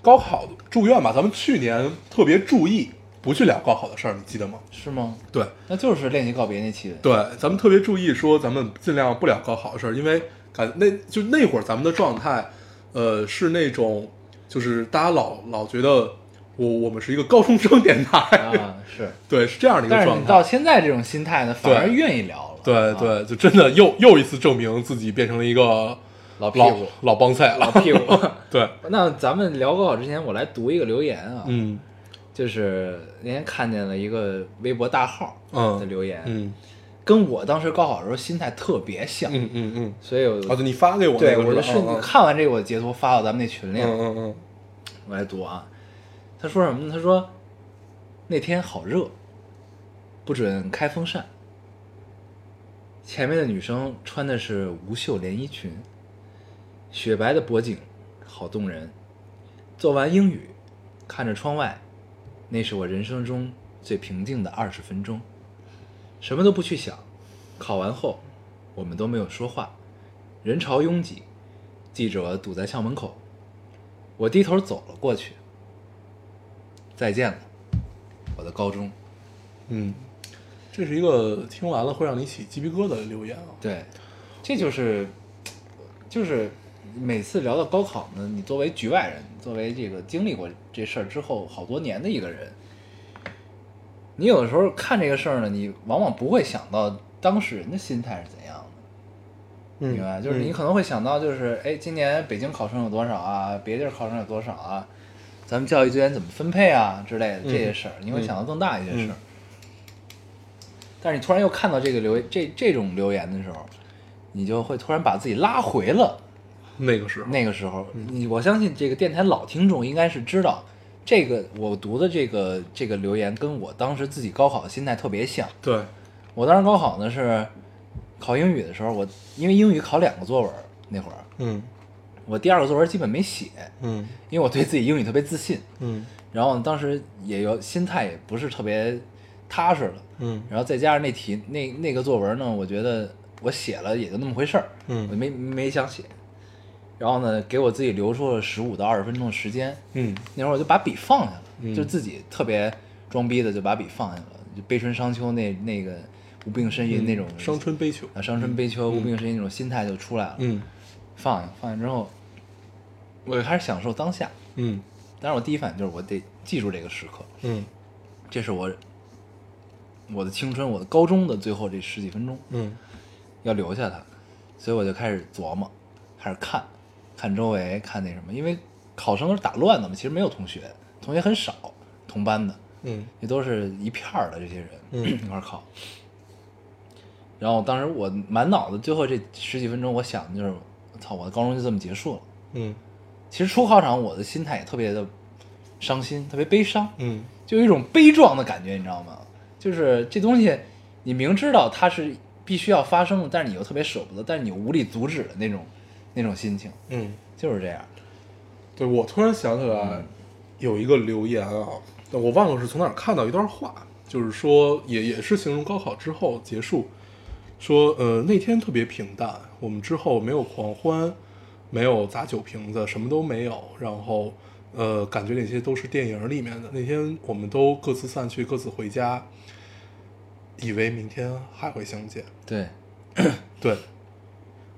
[SPEAKER 1] 高考住院吧。咱们去年特别注意不去聊高考的事儿，你记得吗？
[SPEAKER 2] 是吗？
[SPEAKER 1] 对
[SPEAKER 2] 那就是练习告别那期。
[SPEAKER 1] 对，咱们特别注意说咱们尽量不聊高考的事儿，因为感那就那会儿咱们的状态，呃，是那种就是大家老老觉得我我们是一个高中生电台， (laughs)
[SPEAKER 2] 啊，是。
[SPEAKER 1] 对，是这样的一
[SPEAKER 2] 但
[SPEAKER 1] 个
[SPEAKER 2] 是
[SPEAKER 1] 状
[SPEAKER 2] 你
[SPEAKER 1] 态
[SPEAKER 2] 到。现在这种心态呢，反而愿意聊了。
[SPEAKER 1] 对
[SPEAKER 2] 啊，
[SPEAKER 1] 对，就真的又又一次证明自己变成了一个
[SPEAKER 2] 老屁
[SPEAKER 1] 老
[SPEAKER 2] 股，
[SPEAKER 1] 老帮
[SPEAKER 2] (laughs)
[SPEAKER 1] 菜
[SPEAKER 2] 老
[SPEAKER 1] 了。
[SPEAKER 2] 屁股。
[SPEAKER 1] 对，
[SPEAKER 2] 那咱们聊高考之前，我来读一个留言啊，
[SPEAKER 1] 嗯
[SPEAKER 2] 就是那天看见了一个微博大号
[SPEAKER 1] 嗯
[SPEAKER 2] 的留言，
[SPEAKER 1] 嗯
[SPEAKER 2] 跟我当时高考的时候心态特别像，
[SPEAKER 1] 嗯嗯嗯，
[SPEAKER 2] 所以我、
[SPEAKER 1] 哦，对你发给我嗯那
[SPEAKER 2] 对
[SPEAKER 1] 个
[SPEAKER 2] 我就
[SPEAKER 1] 吧
[SPEAKER 2] 瞬间看完这个，我截图发到咱们那群
[SPEAKER 1] 嗯
[SPEAKER 2] 里，
[SPEAKER 1] 嗯嗯嗯，
[SPEAKER 2] 我来读啊。他说什么呢？他说那天好热，不准开风扇。前面的女生穿的是无袖连衣裙，雪白的脖颈，好动人。做完英语，看着窗外，那是我人生中最平静的二十分钟，什么都不去想。考完后，我们都没有说话，人潮拥挤，记者堵在校门口，我低头走了过去。再见了，我的高中。
[SPEAKER 1] 嗯，这是一个听完了会让你起鸡皮疙瘩的留言啊。
[SPEAKER 2] 对，这就是，就是每次聊到高考呢，你作为局外人，作为这个经历过这事儿之后好多年的一个人，你有的时候看这个事儿呢，你往往不会想到当事人的心态是怎样的。
[SPEAKER 1] 嗯
[SPEAKER 2] 明白？就是你可能会想到，就是哎，今年北京考生有多少啊？别地儿考生有多少啊？咱们教育资源怎么分配啊之类的
[SPEAKER 1] 嗯
[SPEAKER 2] 这些事儿，你会想到更大一些事儿。但是你突然又看到这个留这这种留言的时候，你就会突然把自己拉回了
[SPEAKER 1] 嗯那个时候，
[SPEAKER 2] 那个时候。
[SPEAKER 1] 嗯
[SPEAKER 2] 你我相信这个电台老听众应该是知道，这个我读的这个这个留言跟我当时自己高考的心态特别像。
[SPEAKER 1] 对，
[SPEAKER 2] 我当时高考呢是考英语的时候，我因为英语考两个作文那会儿，
[SPEAKER 1] 嗯
[SPEAKER 2] 我第二个作文基本没写，
[SPEAKER 1] 嗯
[SPEAKER 2] 因为我对自己英语特别自信，
[SPEAKER 1] 嗯
[SPEAKER 2] 然后当时也有心态也不是特别踏实了，
[SPEAKER 1] 嗯
[SPEAKER 2] 然后再加上那题那那个作文呢，我觉得我写了也就那么回事儿，
[SPEAKER 1] 嗯
[SPEAKER 2] 我没没想写。然后呢，给我自己留出了十五到二十分钟的时间，
[SPEAKER 1] 嗯
[SPEAKER 2] 那会儿我就把笔放下了，
[SPEAKER 1] 嗯
[SPEAKER 2] 就自己特别装逼的就把笔放下了，就悲春伤秋那那个无病呻
[SPEAKER 1] 嗯
[SPEAKER 2] 吟那种、
[SPEAKER 1] 伤春悲秋，
[SPEAKER 2] 啊伤春悲秋、无病呻吟那种心态就出来了，
[SPEAKER 1] 嗯
[SPEAKER 2] 放下放下之后，我就开始享受当下。
[SPEAKER 1] 嗯
[SPEAKER 2] 但是我第一反应就是我得记住这个时刻，
[SPEAKER 1] 嗯
[SPEAKER 2] 这是我我的青春，我的高中的最后这十几分钟
[SPEAKER 1] 嗯
[SPEAKER 2] 要留下它，所以我就开始琢磨，开始看，看周围，看那什么，因为考生都是打乱的嘛，其实没有同学，同学很少，同班的
[SPEAKER 1] 嗯
[SPEAKER 2] 也都是一片儿的这些人、
[SPEAKER 1] 嗯
[SPEAKER 2] (clears throat) 一块儿考。然后当时我满脑子最后这十几分钟，我想的就是，操，我的高中就这么结束了。
[SPEAKER 1] 嗯
[SPEAKER 2] 其实出考场，我的心态也特别的伤心，特别悲伤。
[SPEAKER 1] 嗯
[SPEAKER 2] 就有一种悲壮的感觉，你知道吗？就是这东西，你明知道它是必须要发生的，但是你又特别舍不得，但是你又无力阻止的那种那种心情，
[SPEAKER 1] 嗯。
[SPEAKER 2] 就是这样。
[SPEAKER 1] 对，我突然想起来有一个留言啊，但我忘了是从哪儿看到一段话，就是说也也是形容高考之后结束，说呃那天特别平淡，我们之后没有狂欢，没有砸酒瓶子，什么都没有，然后呃感觉那些都是电影里面的。那天我们都各自散去，各自回家，以为明天还会相见。
[SPEAKER 2] 对，
[SPEAKER 1] 对，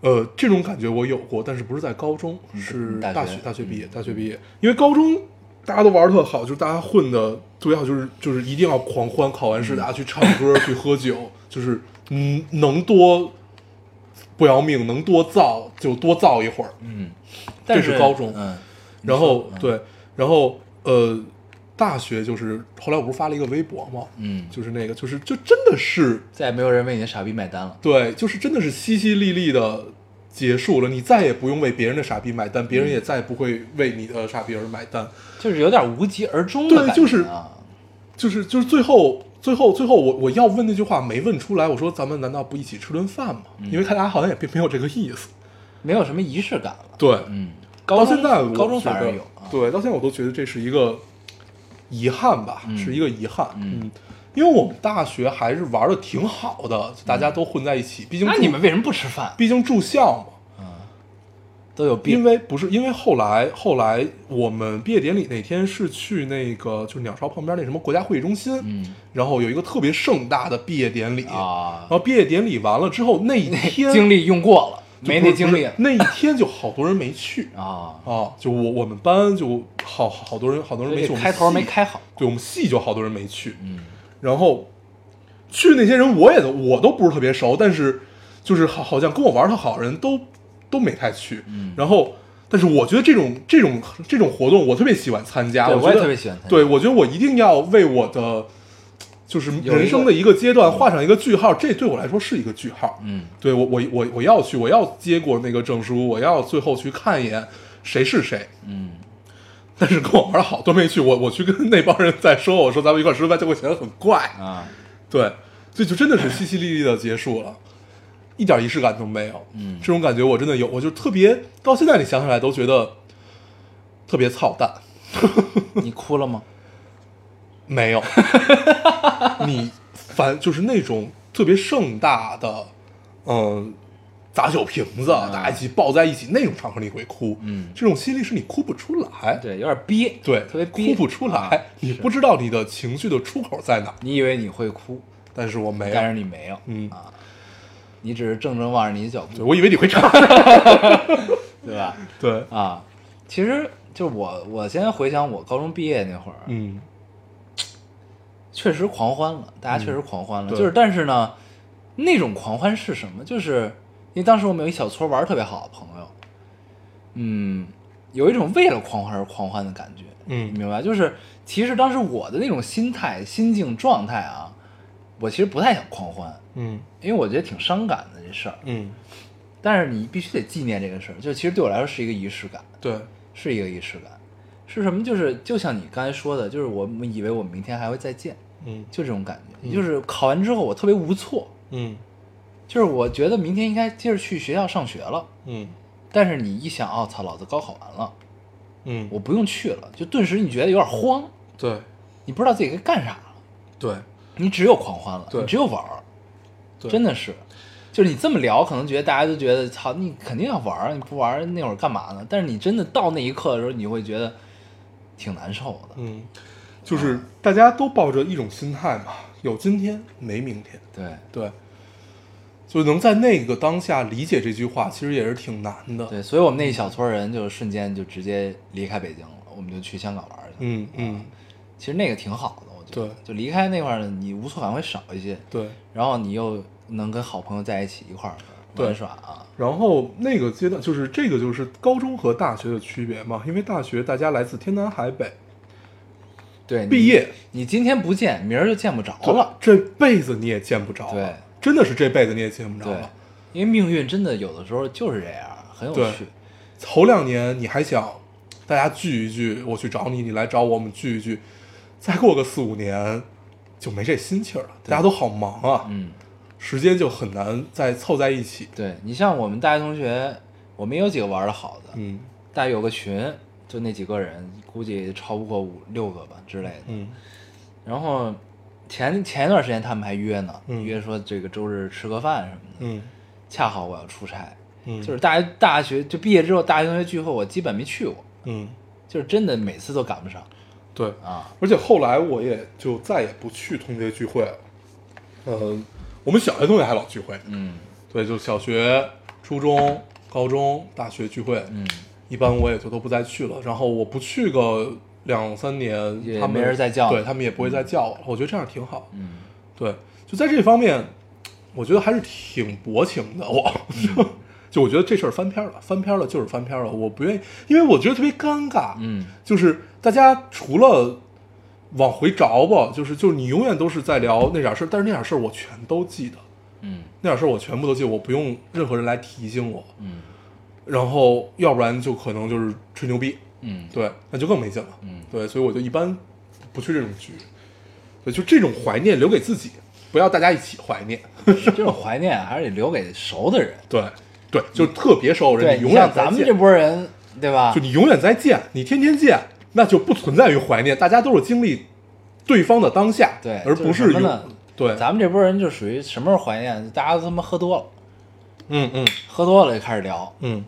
[SPEAKER 1] 呃，这种感觉我有过，但是不是在高中，
[SPEAKER 2] 嗯
[SPEAKER 1] 是
[SPEAKER 2] 大
[SPEAKER 1] 大
[SPEAKER 2] 学
[SPEAKER 1] 大学毕业，
[SPEAKER 2] 嗯
[SPEAKER 1] 大学毕业，因为高中大家都玩的特好，就是大家混的特别好，就是就是一定要狂欢，考完
[SPEAKER 2] 嗯
[SPEAKER 1] 试大家去唱歌、去喝酒，就是嗯，能多不要命，能多造就多造一会儿，
[SPEAKER 2] 嗯，但
[SPEAKER 1] 这是高中
[SPEAKER 2] 嗯，
[SPEAKER 1] 然后对，然后呃，大学就是后来我不是发了一个微博嘛，
[SPEAKER 2] 嗯
[SPEAKER 1] 就是那个就是就真的是
[SPEAKER 2] 再也没有人为你的傻逼买单了。
[SPEAKER 1] 对，就是真的是淅淅沥沥的结束了，你再也不用为别人的傻逼买单，别人也再也不会为你的傻逼而买单。
[SPEAKER 2] 就是有点无疾而终的
[SPEAKER 1] 对
[SPEAKER 2] 感觉
[SPEAKER 1] 就是
[SPEAKER 2] 啊，
[SPEAKER 1] 就是就是最后最后最后我我要问那句话没问出来，我说咱们难道不一起吃顿饭吗？
[SPEAKER 2] 嗯
[SPEAKER 1] 因为看大家好像也并没有这个意思。
[SPEAKER 2] 没有什么仪式感了。
[SPEAKER 1] 对，
[SPEAKER 2] 嗯，
[SPEAKER 1] 到
[SPEAKER 2] 高中
[SPEAKER 1] 现在我
[SPEAKER 2] 高中
[SPEAKER 1] 觉
[SPEAKER 2] 反而
[SPEAKER 1] 得
[SPEAKER 2] 有啊。
[SPEAKER 1] 对，到现在我都觉得这是一个遗憾吧，
[SPEAKER 2] 嗯
[SPEAKER 1] 是一个遗憾。
[SPEAKER 2] 嗯，
[SPEAKER 1] 因为我们大学还是玩的挺好的，大家都混在一起，毕
[SPEAKER 2] 嗯
[SPEAKER 1] 竟
[SPEAKER 2] 那
[SPEAKER 1] 住
[SPEAKER 2] 你们为什么不吃饭？
[SPEAKER 1] 毕竟住校嘛。
[SPEAKER 2] 都有病
[SPEAKER 1] 因。为不是因为后来后来我们毕业典礼那天是去那个就是鸟巢旁边那什么国家会议中心，
[SPEAKER 2] 嗯
[SPEAKER 1] 然后有一个特别盛大的毕业典礼，
[SPEAKER 2] 啊
[SPEAKER 1] 然，后毕业典礼完了之后那一天
[SPEAKER 2] 精力用过了，
[SPEAKER 1] 就
[SPEAKER 2] 没
[SPEAKER 1] 不
[SPEAKER 2] 那
[SPEAKER 1] 是
[SPEAKER 2] 精
[SPEAKER 1] 不
[SPEAKER 2] 力
[SPEAKER 1] 是那一天就好多人没去
[SPEAKER 2] 啊。
[SPEAKER 1] 啊，就我我们班就好好多人好多人没去，
[SPEAKER 2] 这
[SPEAKER 1] 我们
[SPEAKER 2] 开头
[SPEAKER 1] 系
[SPEAKER 2] 没，开好。
[SPEAKER 1] 对我们系就好多人没去，
[SPEAKER 2] 嗯，
[SPEAKER 1] 然后去那些人我也都我都不是特别熟，但是就是好好像跟我玩的好的人都都没太去。
[SPEAKER 2] 嗯
[SPEAKER 1] 然后，但是我觉得这种这种这种活动我特别喜欢参加，
[SPEAKER 2] 对
[SPEAKER 1] 觉
[SPEAKER 2] 我
[SPEAKER 1] 得
[SPEAKER 2] 也特别喜欢参加
[SPEAKER 1] 对，我觉得我一定要为我的就是
[SPEAKER 2] 一嗯个
[SPEAKER 1] 人生的一个阶段画上一个句号，这对我来说是一个句号。
[SPEAKER 2] 嗯，
[SPEAKER 1] 对我我我我要去，我要接过那个证书，我要最后去看一眼谁是谁。
[SPEAKER 2] 嗯，
[SPEAKER 1] 但是跟我玩的好都没去，我我去跟那帮人在说，我说咱们一块儿吃饭就会显得很怪。
[SPEAKER 2] 啊，
[SPEAKER 1] 对，所以就真的是淅淅沥沥的结束了，一点仪式感都没有。
[SPEAKER 2] 嗯
[SPEAKER 1] 这种感觉我真的有，我就特别到现在你想起来都觉得特别操蛋。
[SPEAKER 2] 你哭了吗？(laughs)
[SPEAKER 1] 没有，你反就是那种特别盛大的，嗯，砸酒瓶子，大家一起抱在一起那种场合你会哭。
[SPEAKER 2] 嗯
[SPEAKER 1] 这种心力是你哭不出来。
[SPEAKER 2] 对，有点憋，
[SPEAKER 1] 对，
[SPEAKER 2] 特别憋，
[SPEAKER 1] 哭不出
[SPEAKER 2] 啊
[SPEAKER 1] 来，你不知道你的情绪的出口在哪儿，
[SPEAKER 2] 你以为你会哭，
[SPEAKER 1] 但是我没有
[SPEAKER 2] 但，是你没有，
[SPEAKER 1] 嗯
[SPEAKER 2] 啊，你只是怔怔望着你的脚
[SPEAKER 1] 对
[SPEAKER 2] 步，
[SPEAKER 1] 我以为你会唱，
[SPEAKER 2] (laughs) 对吧？
[SPEAKER 1] 对，
[SPEAKER 2] 啊，其实就我，我先回想我高中毕业那会儿，
[SPEAKER 1] 嗯
[SPEAKER 2] 确实狂欢了，大家确实狂欢了，
[SPEAKER 1] 对
[SPEAKER 2] 就是但是呢，那种狂欢是什么？就是因为当时我们有一小撮玩儿特别好的朋友，嗯，有一种为了狂欢而狂欢的感觉，
[SPEAKER 1] 嗯
[SPEAKER 2] 你明白？就是其实当时我的那种心态、心境、状态啊，我其实不太想狂欢，
[SPEAKER 1] 嗯
[SPEAKER 2] 因为我觉得挺伤感的这事儿。
[SPEAKER 1] 嗯，
[SPEAKER 2] 但是你必须得纪念这个事儿，就其实对我来说是一个仪式感，
[SPEAKER 1] 嗯对，
[SPEAKER 2] 是一个仪式感，是什么？就是就像你刚才说的，就是我们以为我们明天还会再见，
[SPEAKER 1] 嗯
[SPEAKER 2] 就这种感觉。
[SPEAKER 1] 嗯
[SPEAKER 2] 就是考完之后我特别无措，
[SPEAKER 1] 嗯
[SPEAKER 2] 就是我觉得明天应该接着去学校上学了，
[SPEAKER 1] 嗯
[SPEAKER 2] 但是你一想，哦操，老子高考完了，
[SPEAKER 1] 嗯，
[SPEAKER 2] 我不用去了，就顿时你觉得有点慌，
[SPEAKER 1] 对
[SPEAKER 2] 你不知道自己该干啥了，
[SPEAKER 1] 对
[SPEAKER 2] 你只有狂欢了，
[SPEAKER 1] 对
[SPEAKER 2] 你只有玩儿，
[SPEAKER 1] 对，
[SPEAKER 2] 真的是，就是你这么聊，可能觉得大家都觉得操，你肯定要玩儿，你不玩儿那会儿干嘛呢？但是你真的到那一刻的时候，你会觉得挺难受的，
[SPEAKER 1] 嗯，就是大家都抱着一种心态嘛，有今天没明天，
[SPEAKER 2] 对。
[SPEAKER 1] 对，就能在那个当下理解这句话，其实也是挺难的。
[SPEAKER 2] 对，所以我们那一小撮人就瞬间就直接离开北京了，我们就去香港玩去了。
[SPEAKER 1] 嗯嗯，
[SPEAKER 2] 其实那个挺好的，我觉得。
[SPEAKER 1] 对
[SPEAKER 2] 就离开那块儿呢，你无错感会少一些，
[SPEAKER 1] 对。
[SPEAKER 2] 然后你又能跟好朋友在一起一块儿
[SPEAKER 1] 对
[SPEAKER 2] 玩耍啊。
[SPEAKER 1] 然后那个阶段就是这个就是高中和大学的区别嘛，因为大学大家来自天南海北，
[SPEAKER 2] 对，你
[SPEAKER 1] 毕业
[SPEAKER 2] 你今天不见，明儿就见不着了。
[SPEAKER 1] 这辈子你也见不着了，
[SPEAKER 2] 对，
[SPEAKER 1] 真的是这辈子你也见不着
[SPEAKER 2] 对
[SPEAKER 1] 了。，
[SPEAKER 2] 因为命运真的有的时候就是这样，很有
[SPEAKER 1] 对
[SPEAKER 2] 趣。
[SPEAKER 1] 头两年你还想大家聚一聚，我去找你，你来找我，我们聚一聚，再过个四五年就没这心气儿了，大家都好忙啊，
[SPEAKER 2] 嗯，
[SPEAKER 1] 时间就很难再凑在一起。
[SPEAKER 2] 对你像我们大学同学，我们也有几个玩的好的，
[SPEAKER 1] 嗯
[SPEAKER 2] 但有个群，就那几个人，估计超不过五六个吧之类的。
[SPEAKER 1] 嗯
[SPEAKER 2] 然后前前一段时间他们还约呢，
[SPEAKER 1] 嗯
[SPEAKER 2] 约说这个周日吃个饭什么的。
[SPEAKER 1] 嗯
[SPEAKER 2] 恰好我要出差，
[SPEAKER 1] 嗯，
[SPEAKER 2] 就是大学大学就毕业之后，大学同学聚会我基本没去过，
[SPEAKER 1] 嗯
[SPEAKER 2] 就是真的每次都赶不上
[SPEAKER 1] 对，
[SPEAKER 2] 啊。
[SPEAKER 1] 而且后来我也就再也不去同学聚会了。嗯，我们小学同学还老聚会，
[SPEAKER 2] 嗯
[SPEAKER 1] 对，就小学、初中、高中、大学聚会，
[SPEAKER 2] 嗯，
[SPEAKER 1] 一般我也就都不再去了。然后我不去个两三年
[SPEAKER 2] 也，
[SPEAKER 1] 他
[SPEAKER 2] 没
[SPEAKER 1] 们
[SPEAKER 2] 人再叫嗯
[SPEAKER 1] 对
[SPEAKER 2] 你
[SPEAKER 1] 他们也不会再叫我了。我觉得这样挺好。
[SPEAKER 2] 嗯，
[SPEAKER 1] 对，就在这方面，我觉得还是挺薄情的。我、
[SPEAKER 2] 嗯
[SPEAKER 1] (laughs) 就我觉得这事儿翻篇了，翻篇了就是翻篇了。我不愿意，因为我觉得特别尴尬。
[SPEAKER 2] 嗯，
[SPEAKER 1] 就是大家除了往回找吧，就是就是你永远都是在聊那点事儿，但是那点事儿我全都记得。
[SPEAKER 2] 嗯
[SPEAKER 1] 那点事儿我全部都记，我不用任何人来提醒我。 (laughs)
[SPEAKER 2] 嗯
[SPEAKER 1] 然后要不然就可能就是吹牛逼，
[SPEAKER 2] 嗯，
[SPEAKER 1] 对，那就更没劲了。
[SPEAKER 2] 嗯
[SPEAKER 1] 对，所以我就一般不去这种局，对，就这种怀念留给自己，不要大家一起怀念。
[SPEAKER 2] 这种怀念还是得留给熟的人。
[SPEAKER 1] 对，对，就是特别熟的
[SPEAKER 2] 对，
[SPEAKER 1] 人，
[SPEAKER 2] 你
[SPEAKER 1] 永远
[SPEAKER 2] 像
[SPEAKER 1] 再
[SPEAKER 2] 咱们
[SPEAKER 1] 见
[SPEAKER 2] 这波人，对吧
[SPEAKER 1] 就？你永远再见，你天天见，那就不存在于怀念，大家都是经历对方的当下，
[SPEAKER 2] 对
[SPEAKER 1] 而
[SPEAKER 2] 就是
[SPEAKER 1] 不
[SPEAKER 2] 什么
[SPEAKER 1] 永
[SPEAKER 2] 呢
[SPEAKER 1] 对，
[SPEAKER 2] 咱们这波人就属于什么时候怀念，大家都他妈喝多了，
[SPEAKER 1] 嗯嗯
[SPEAKER 2] 喝多了就开始聊，
[SPEAKER 1] 嗯，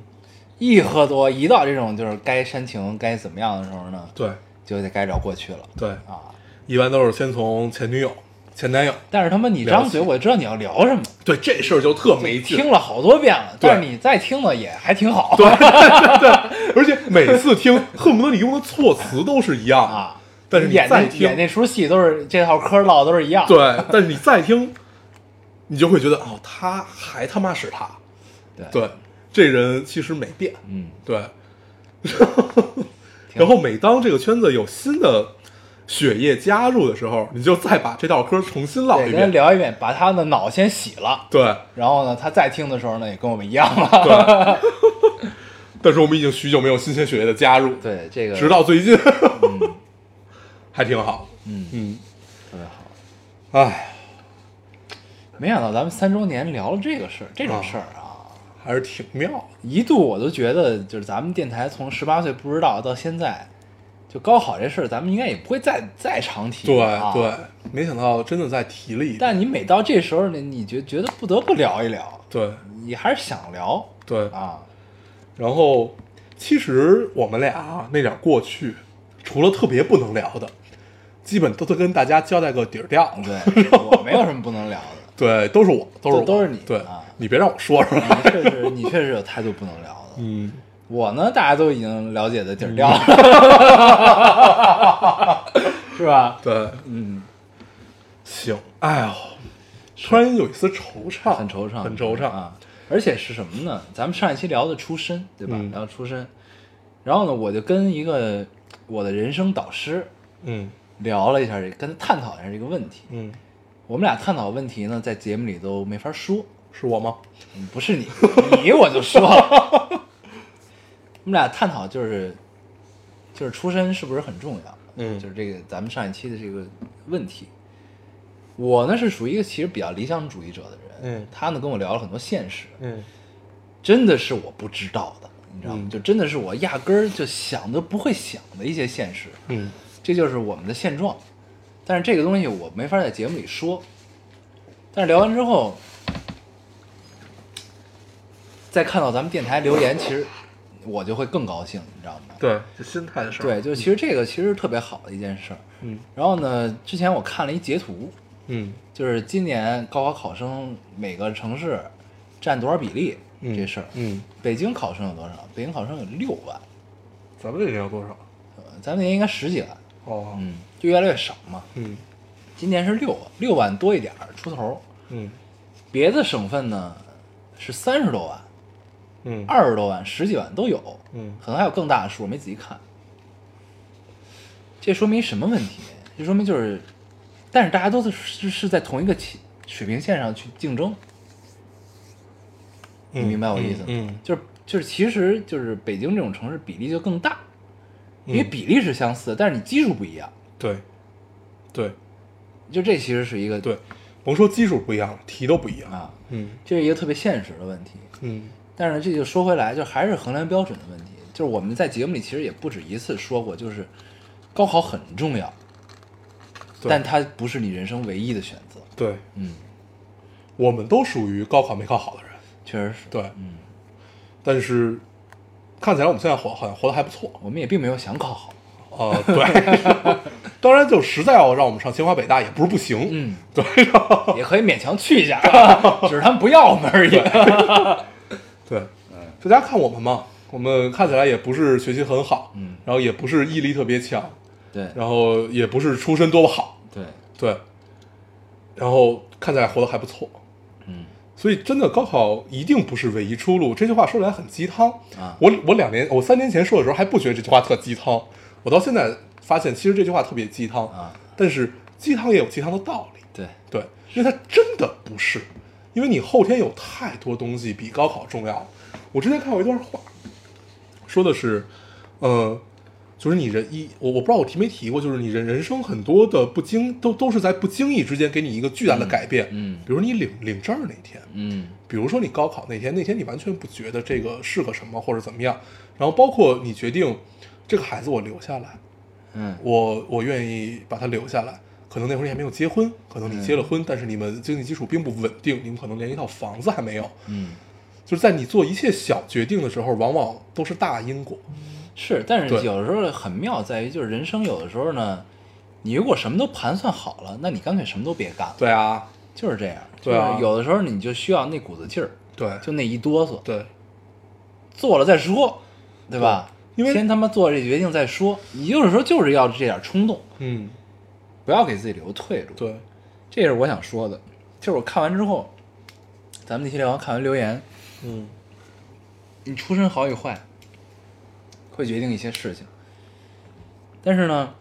[SPEAKER 2] 一喝多一到这种就是该煽情该怎么样的时候呢，
[SPEAKER 1] 对
[SPEAKER 2] 就得该找过去了
[SPEAKER 1] 对，
[SPEAKER 2] 啊。
[SPEAKER 1] 一般都是先从前女友、前男友，
[SPEAKER 2] 但是他妈你张嘴，我知道你要聊什么，
[SPEAKER 1] 对这事儿就特没劲，
[SPEAKER 2] 听了好多遍了，
[SPEAKER 1] 对
[SPEAKER 2] 但是你再听呢也还挺好。
[SPEAKER 1] (laughs) 对对对，而且每次听恨不得你用的措辞都是一样的
[SPEAKER 2] 啊，
[SPEAKER 1] 但是你
[SPEAKER 2] 演那
[SPEAKER 1] 再听
[SPEAKER 2] 演，那出戏都是这套嗑唠都是一样。
[SPEAKER 1] 对，但是你再听，你就会觉得哦，他还他妈是他，
[SPEAKER 2] 对
[SPEAKER 1] 对，这人其实没变，
[SPEAKER 2] 嗯， (laughs)
[SPEAKER 1] 对。然后每当这个圈子有新的血液加入的时候，你就再把这道歌重新唠
[SPEAKER 2] 对，
[SPEAKER 1] 一
[SPEAKER 2] 跟他
[SPEAKER 1] 遍，
[SPEAKER 2] 聊一遍，把他的脑先洗了，
[SPEAKER 1] 对
[SPEAKER 2] 然后呢，他再听的时候呢，也跟我们一样了。
[SPEAKER 1] 对。但是我们已经许久没有新鲜血液的加入，
[SPEAKER 2] (laughs) 对，这个
[SPEAKER 1] 直到最近，
[SPEAKER 2] 嗯
[SPEAKER 1] 还挺好。
[SPEAKER 2] 嗯
[SPEAKER 1] 嗯，
[SPEAKER 2] 特别好。
[SPEAKER 1] 唉，
[SPEAKER 2] 没想到咱们三周年聊了这个事儿，这种事儿啊，
[SPEAKER 1] 还是挺妙的。
[SPEAKER 2] 一度我都觉得就是咱们电台从十八岁不知道到现在，就高考这事儿，咱们应该也不会再再常提
[SPEAKER 1] 对
[SPEAKER 2] 了啊。
[SPEAKER 1] 对，没想到真的在提了一遍。
[SPEAKER 2] 但你每到这时候呢，你觉觉得不得不聊一聊，
[SPEAKER 1] 对
[SPEAKER 2] 你还是想聊
[SPEAKER 1] 对，
[SPEAKER 2] 啊，
[SPEAKER 1] 然后其实我们俩啊那点儿过去，除了特别不能聊的，基本都都跟大家交代个底儿掉了。 (laughs)
[SPEAKER 2] 对，我没有什么不能聊的，
[SPEAKER 1] 对，都是我，都是我
[SPEAKER 2] 都都是你
[SPEAKER 1] 对
[SPEAKER 2] 啊，
[SPEAKER 1] 你别让我说出来。
[SPEAKER 2] 你确实你确实有太多不能聊的。
[SPEAKER 1] 嗯，
[SPEAKER 2] 我呢，大家都已经了解的底儿掉了， (laughs) 是吧？
[SPEAKER 1] 对，
[SPEAKER 2] 嗯，
[SPEAKER 1] 行。哎呦，突然有一丝惆怅，
[SPEAKER 2] 很惆怅，
[SPEAKER 1] 很惆怅。
[SPEAKER 2] 啊！而且是什么呢？咱们上一期聊的出身，对吧？
[SPEAKER 1] 嗯
[SPEAKER 2] 聊出身，然后呢，我就跟一个我的人生导师
[SPEAKER 1] 嗯
[SPEAKER 2] 聊了一下，这跟他探讨一下这个问题。
[SPEAKER 1] 嗯，
[SPEAKER 2] 我们俩探讨问题呢，在节目里都没法说，
[SPEAKER 1] 是我吗？
[SPEAKER 2] 嗯不是你，你我就说了。我们俩探讨就是，就是出身是不是很重要？
[SPEAKER 1] 嗯
[SPEAKER 2] 就是这个咱们上一期的这个问题。我呢是属于一个其实比较理想主义者的人，
[SPEAKER 1] 嗯
[SPEAKER 2] 他呢跟我聊了很多现实，
[SPEAKER 1] 嗯
[SPEAKER 2] 真的是我不知道的，你知道吗？就真的是我压根儿就想都不会想的一些现实，
[SPEAKER 1] 嗯
[SPEAKER 2] 这就是我们的现状。但是这个东西我没法在节目里说。但是聊完之后，再看到咱们电台留言，其实我就会更高兴，你知道吗？
[SPEAKER 1] 对，就心态的事儿。
[SPEAKER 2] 对，就是其实这个其实是特别好的一件事儿。
[SPEAKER 1] 嗯
[SPEAKER 2] 然后呢，之前我看了一截图，
[SPEAKER 1] 嗯
[SPEAKER 2] 就是今年高考考生每个城市占多少比例、
[SPEAKER 1] 嗯，
[SPEAKER 2] 这事儿。
[SPEAKER 1] 嗯，
[SPEAKER 2] 北京考生有多少？北京考生有六万，
[SPEAKER 1] 咱们这年有多少？
[SPEAKER 2] 呃咱们那应该十几万，
[SPEAKER 1] 哦，
[SPEAKER 2] 嗯，就越来越少嘛。
[SPEAKER 1] 嗯
[SPEAKER 2] 今年是六万，六万多一点儿出头。
[SPEAKER 1] 嗯
[SPEAKER 2] 别的省份呢是三十多万、
[SPEAKER 1] 嗯
[SPEAKER 2] 二十多万、十几万都有，
[SPEAKER 1] 嗯
[SPEAKER 2] 可能还有更大的数，我没仔细看。这说明什么问题？这说明就是，但是大家都是是是在同一个起水平线上去竞争，你明白我意思吗？
[SPEAKER 1] 嗯
[SPEAKER 2] 就是就是，其实就是北京这种城市比例就更大，因为
[SPEAKER 1] 嗯
[SPEAKER 2] 比例是相似，但是你基数不一样。
[SPEAKER 1] 对对
[SPEAKER 2] 就这其实是一个
[SPEAKER 1] 对，甭说基数不一样了，题都不一样。
[SPEAKER 2] 啊，
[SPEAKER 1] 嗯
[SPEAKER 2] 这是一个特别现实的问题。
[SPEAKER 1] 嗯
[SPEAKER 2] 但是呢，这就说回来，就还是衡量标准的问题。就是我们在节目里其实也不止一次说过，就是高考很重要，
[SPEAKER 1] 对
[SPEAKER 2] 但它不是你人生唯一的选择。
[SPEAKER 1] 对，
[SPEAKER 2] 嗯，
[SPEAKER 1] 我们都属于高考没考好的人。
[SPEAKER 2] 确实是。
[SPEAKER 1] 对，嗯，但是看起来我们现在活好像活得还不错。
[SPEAKER 2] 我们也并没有想考好。(laughs)
[SPEAKER 1] 呃，对，当然就实在要让我们上清华北大也不是不行。
[SPEAKER 2] 嗯，
[SPEAKER 1] 对，
[SPEAKER 2] 也可以勉强去一下，只是他们不要我们 (laughs) 而已。
[SPEAKER 1] 对，
[SPEAKER 2] 嗯
[SPEAKER 1] 在家看我们嘛，我们看起来也不是学习很好，
[SPEAKER 2] 嗯，
[SPEAKER 1] 然后也不是毅力特别强，
[SPEAKER 2] 对
[SPEAKER 1] 然后也不是出身多么好，
[SPEAKER 2] 对，
[SPEAKER 1] 对，然后看起来活得还不错，
[SPEAKER 2] 嗯
[SPEAKER 1] 所以真的高考一定不是唯一出路。这句话说起来很鸡汤
[SPEAKER 2] 啊
[SPEAKER 1] 我我两年我三年前说的时候还不觉得这句话特鸡汤，我到现在发现其实这句话特别鸡汤
[SPEAKER 2] 啊，
[SPEAKER 1] 但是鸡汤也有鸡汤的道理，
[SPEAKER 2] 对
[SPEAKER 1] 对，因为它真的不是，因为你后天有太多东西比高考重要。我之前看过一段话，说的是，呃，就是你人一，我我不知道我提没提过，就是你人人生很多的不经都都是在不经意之间给你一个巨大的改变，
[SPEAKER 2] 嗯嗯
[SPEAKER 1] 比如你领领证儿那天，
[SPEAKER 2] 嗯
[SPEAKER 1] 比如说你高考那天，那天你完全不觉得这个是个什么或者怎么样，然后包括你决定这个孩子我留下来，
[SPEAKER 2] 嗯
[SPEAKER 1] 我我愿意把他留下来。可能那会儿你还没有结婚，可能你
[SPEAKER 2] 嗯
[SPEAKER 1] 结了婚，但是你们经济基础并不稳定，你们可能连一套房子还没有。
[SPEAKER 2] 嗯，
[SPEAKER 1] 就是在你做一切小决定的时候，往往都是大因果。
[SPEAKER 2] 是。但是
[SPEAKER 1] 对
[SPEAKER 2] 有的时候很妙在于，就是人生有的时候呢，你如果什么都盘算好了，那你干脆什么都别干了。
[SPEAKER 1] 对啊，
[SPEAKER 2] 就是这样。
[SPEAKER 1] 对啊
[SPEAKER 2] 就是有的时候你就需要那股子劲儿，
[SPEAKER 1] 对，
[SPEAKER 2] 就那一哆嗦，
[SPEAKER 1] 对，
[SPEAKER 2] 做了再说，对吧？
[SPEAKER 1] 对因为
[SPEAKER 2] 先他妈做这决定再说，你有的时候就是要这点冲动，
[SPEAKER 1] 嗯，
[SPEAKER 2] 不要给自己留退路。，
[SPEAKER 1] 对，
[SPEAKER 2] 这是我想说的。就是我看完之后，咱们那些聊完看完留言，
[SPEAKER 1] 嗯，
[SPEAKER 2] 你出身好与坏，会决定一些事情。但是呢，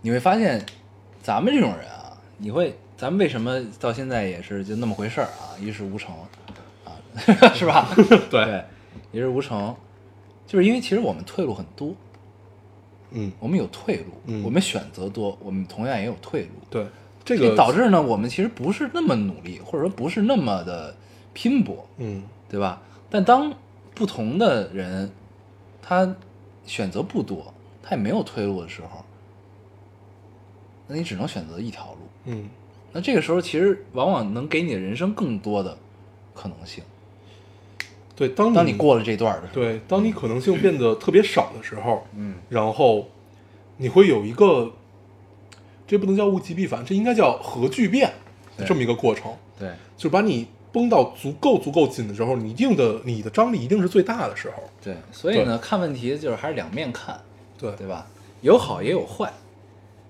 [SPEAKER 2] 你会发现，咱们这种人啊，你会，咱们为什么到现在也是就那么回事儿啊，一事无成啊， (laughs) 是
[SPEAKER 1] (laughs)
[SPEAKER 2] 吧？对，一事无成，就是因为其实我们退路很多，
[SPEAKER 1] 嗯，
[SPEAKER 2] 我们有退路，
[SPEAKER 1] 嗯
[SPEAKER 2] 我们选择多，我们同样也有退路。
[SPEAKER 1] 对，这个
[SPEAKER 2] 导，致呢，我们其实不是那么努力，或者说不是那么的拼搏，
[SPEAKER 1] 嗯，
[SPEAKER 2] 对吧？但当不同的人他选择不多，他也没有退路的时候，那你只能选择一条路。
[SPEAKER 1] 嗯，
[SPEAKER 2] 那这个时候，其实往往能给你的人生更多的可能性。
[SPEAKER 1] 对，当
[SPEAKER 2] 当你，过了这段儿的时候，
[SPEAKER 1] 嗯对，当你可能性变得特别少的时候，
[SPEAKER 2] 嗯，
[SPEAKER 1] 然后你会有一个，这不能叫物极必反，这应该叫核聚变，
[SPEAKER 2] 对
[SPEAKER 1] 这么一个过程，
[SPEAKER 2] 对，
[SPEAKER 1] 就是把你绷到足够足够紧的时候，你一定的你的张力一定是最大的时候，
[SPEAKER 2] 对，所以呢，看问题就是还是两面看，
[SPEAKER 1] 对，
[SPEAKER 2] 对吧？有好也有坏，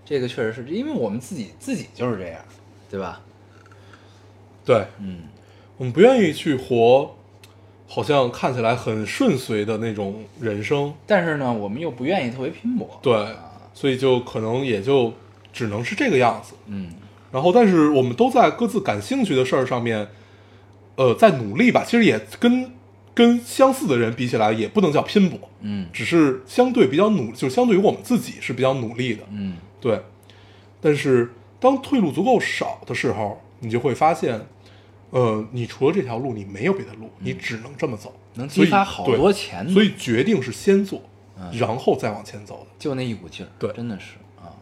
[SPEAKER 2] 这个确实是因为我们自己自己就是这样，对吧？
[SPEAKER 1] 对，
[SPEAKER 2] 嗯，
[SPEAKER 1] 我们不愿意去活，好像看起来很顺遂的那种人生，
[SPEAKER 2] 但是呢，我们又不愿意特别拼搏，，
[SPEAKER 1] 对，所以就可能也就只能是这个样子。
[SPEAKER 2] 嗯，
[SPEAKER 1] 然后，但是我们都在各自感兴趣的事儿上面，呃，在努力吧。其实也跟跟相似的人比起来，也不能叫拼搏，
[SPEAKER 2] 嗯
[SPEAKER 1] 只是相对比较努，就是相对于我们自己是比较努力的。
[SPEAKER 2] 嗯，
[SPEAKER 1] 对，但是当退路足够少的时候，你就会发现，呃，你除了这条路，你没有别的路，你只能这么走。
[SPEAKER 2] 嗯能
[SPEAKER 1] 所
[SPEAKER 2] 激
[SPEAKER 1] 以
[SPEAKER 2] 发好
[SPEAKER 1] 对
[SPEAKER 2] 多钱嗯呢，
[SPEAKER 1] 所以决定是先做，然后再往前走的，
[SPEAKER 2] 就那一股劲儿，
[SPEAKER 1] 对
[SPEAKER 2] 真的是
[SPEAKER 1] (laughs)
[SPEAKER 2] 啊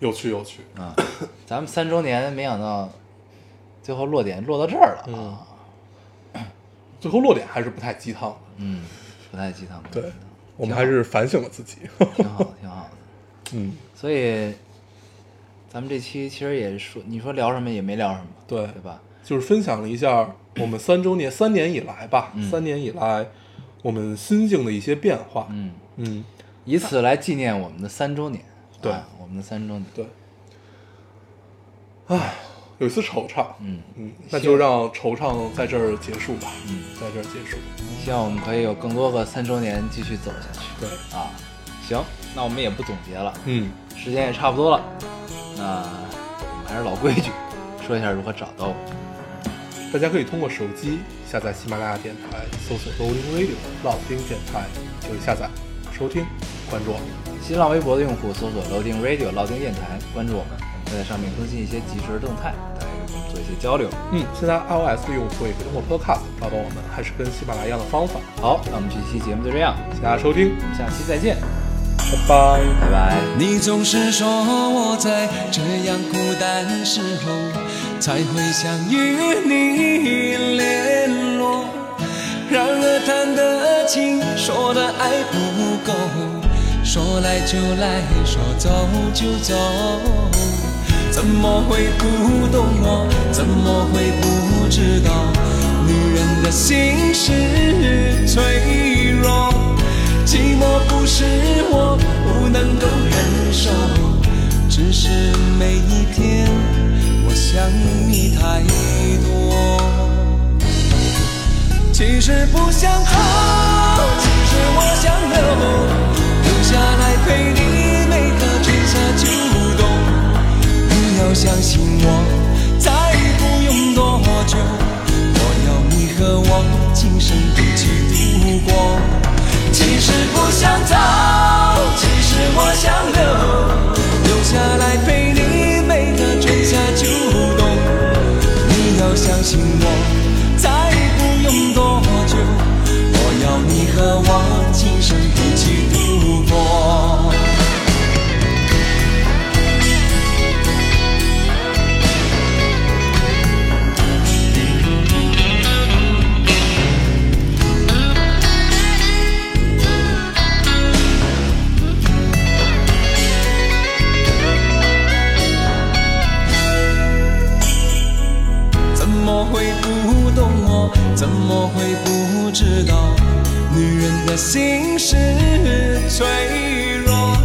[SPEAKER 1] 有趣有趣。
[SPEAKER 2] 啊！咱们三周年没想到最后落点落到这儿了啊，
[SPEAKER 1] 最后落点还是不太鸡汤的，
[SPEAKER 2] 嗯，不太鸡汤，不太
[SPEAKER 1] 对
[SPEAKER 2] 鸡汤
[SPEAKER 1] 我们还是反省了自己。 (laughs)
[SPEAKER 2] 挺好，挺好的。
[SPEAKER 1] 嗯，
[SPEAKER 2] 所以咱们这期其实也说，你说聊什么也没聊什么，
[SPEAKER 1] 对
[SPEAKER 2] 对吧？
[SPEAKER 1] 就是分享了一下我们三周年、三年以来吧，
[SPEAKER 2] 嗯
[SPEAKER 1] 三年以来我们心境的一些变化。
[SPEAKER 2] 嗯，
[SPEAKER 1] 嗯，
[SPEAKER 2] 以此来纪念我们的三周年，
[SPEAKER 1] 对
[SPEAKER 2] 啊我们的三周年，
[SPEAKER 1] 对。唉，有一丝惆怅。
[SPEAKER 2] 嗯，
[SPEAKER 1] 嗯，那就让惆怅在这儿结束吧。嗯，在这儿结束。
[SPEAKER 2] 希望我们可以有更多个三周年继续走下去
[SPEAKER 1] 对，
[SPEAKER 2] 啊。行，那我们也不总结了，
[SPEAKER 1] 嗯，
[SPEAKER 2] 时间也差不多了，那我们还是老规矩，说一下如何找到我们。
[SPEAKER 1] 大家可以通过手机下载喜马拉雅电台，搜索 Rolling Radio 老丁电台，就可以下载、收听、关注我们。
[SPEAKER 2] 新浪微博的用户搜索 Loading Radio 老丁电台，关注我们，我们会在上面更新一些即时动态，大家可以跟我们做一些交流。
[SPEAKER 1] 嗯，现在 iOS 的用户也可以通过 Podcast 找到我们，还是跟喜马拉雅一样的方法。
[SPEAKER 2] 好，那我们这期节目就这样，
[SPEAKER 1] 谢谢大家收听，
[SPEAKER 2] 下期再见，
[SPEAKER 1] 拜拜。
[SPEAKER 2] 拜拜。
[SPEAKER 3] 你总是说我在这样孤单时候才会想与你联络，然而谈得情，说的爱不够，说来就来，说走就走，怎么会不懂我？怎么会不知道？女人的心是脆弱。寂寞不是我不能够忍受，只是每一天我想你太多。其实不想走，其实我想留，留下来陪你每个春夏秋冬。你要相信我，再不用多久，我要你和我今生一起度过。其实不想走，其实我想留，留下来陪你每个春夏秋冬。你要相信我，再不用多久，我要你和我今生一起度过。怎么会不懂我？怎么会不知道？女人的心是脆弱，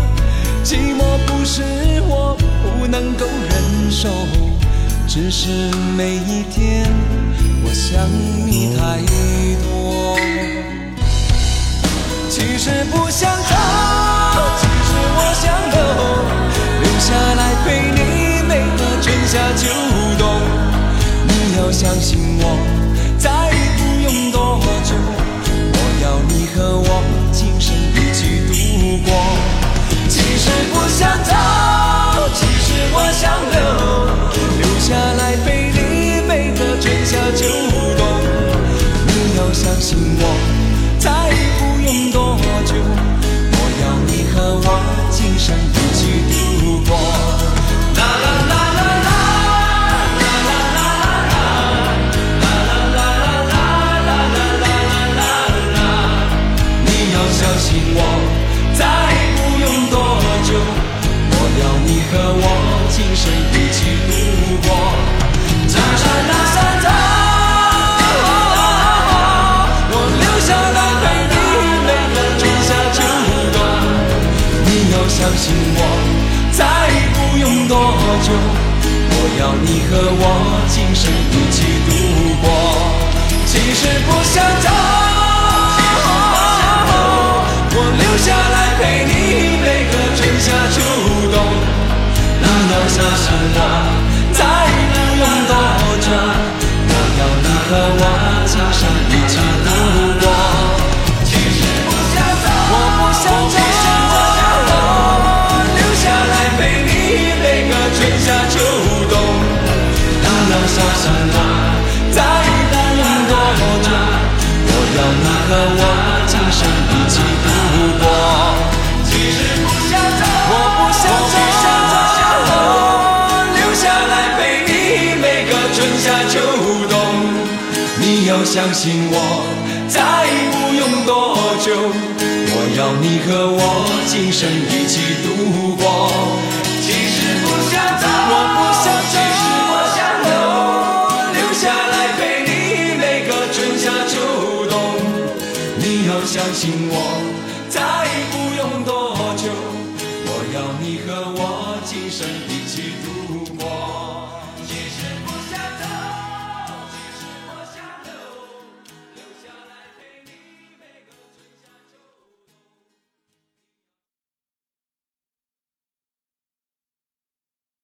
[SPEAKER 3] 寂寞不是我不能够忍受，只是每一天我想你太多。其实不想走，其实我想留，留下来陪你每个春夏秋冬。你要相信我，再不用多久，我要你和我今生一起度过。其实不想走，其实我想留，留下来陪你每个春夏秋冬。你要相信我，再不用多久，我要你和我今生一起度过。啦啦啦啦啦，啦啦啦啦啦，啦啦啦啦啦啦啦啦啦你要相信我，再不用多久，我要你和我今生一起度过。站在那山头。我留下来陪你每个春夏秋冬。你要相信我，再不用多久，我要你和我今生一起度过。其实不想走，我留下来陪你每个春夏秋冬。你要相信我，再不用多久。我要你和我今生一起度过。其实不想走，我不想走，我想走，留下来陪你每个春夏秋冬。啦春夏秋冬，你要相信我，再不用多久，我要你和我今生一起度过。其实不想走，我不想走，其实我想留，留下来陪你每个春夏秋冬。你要相信我，再不用多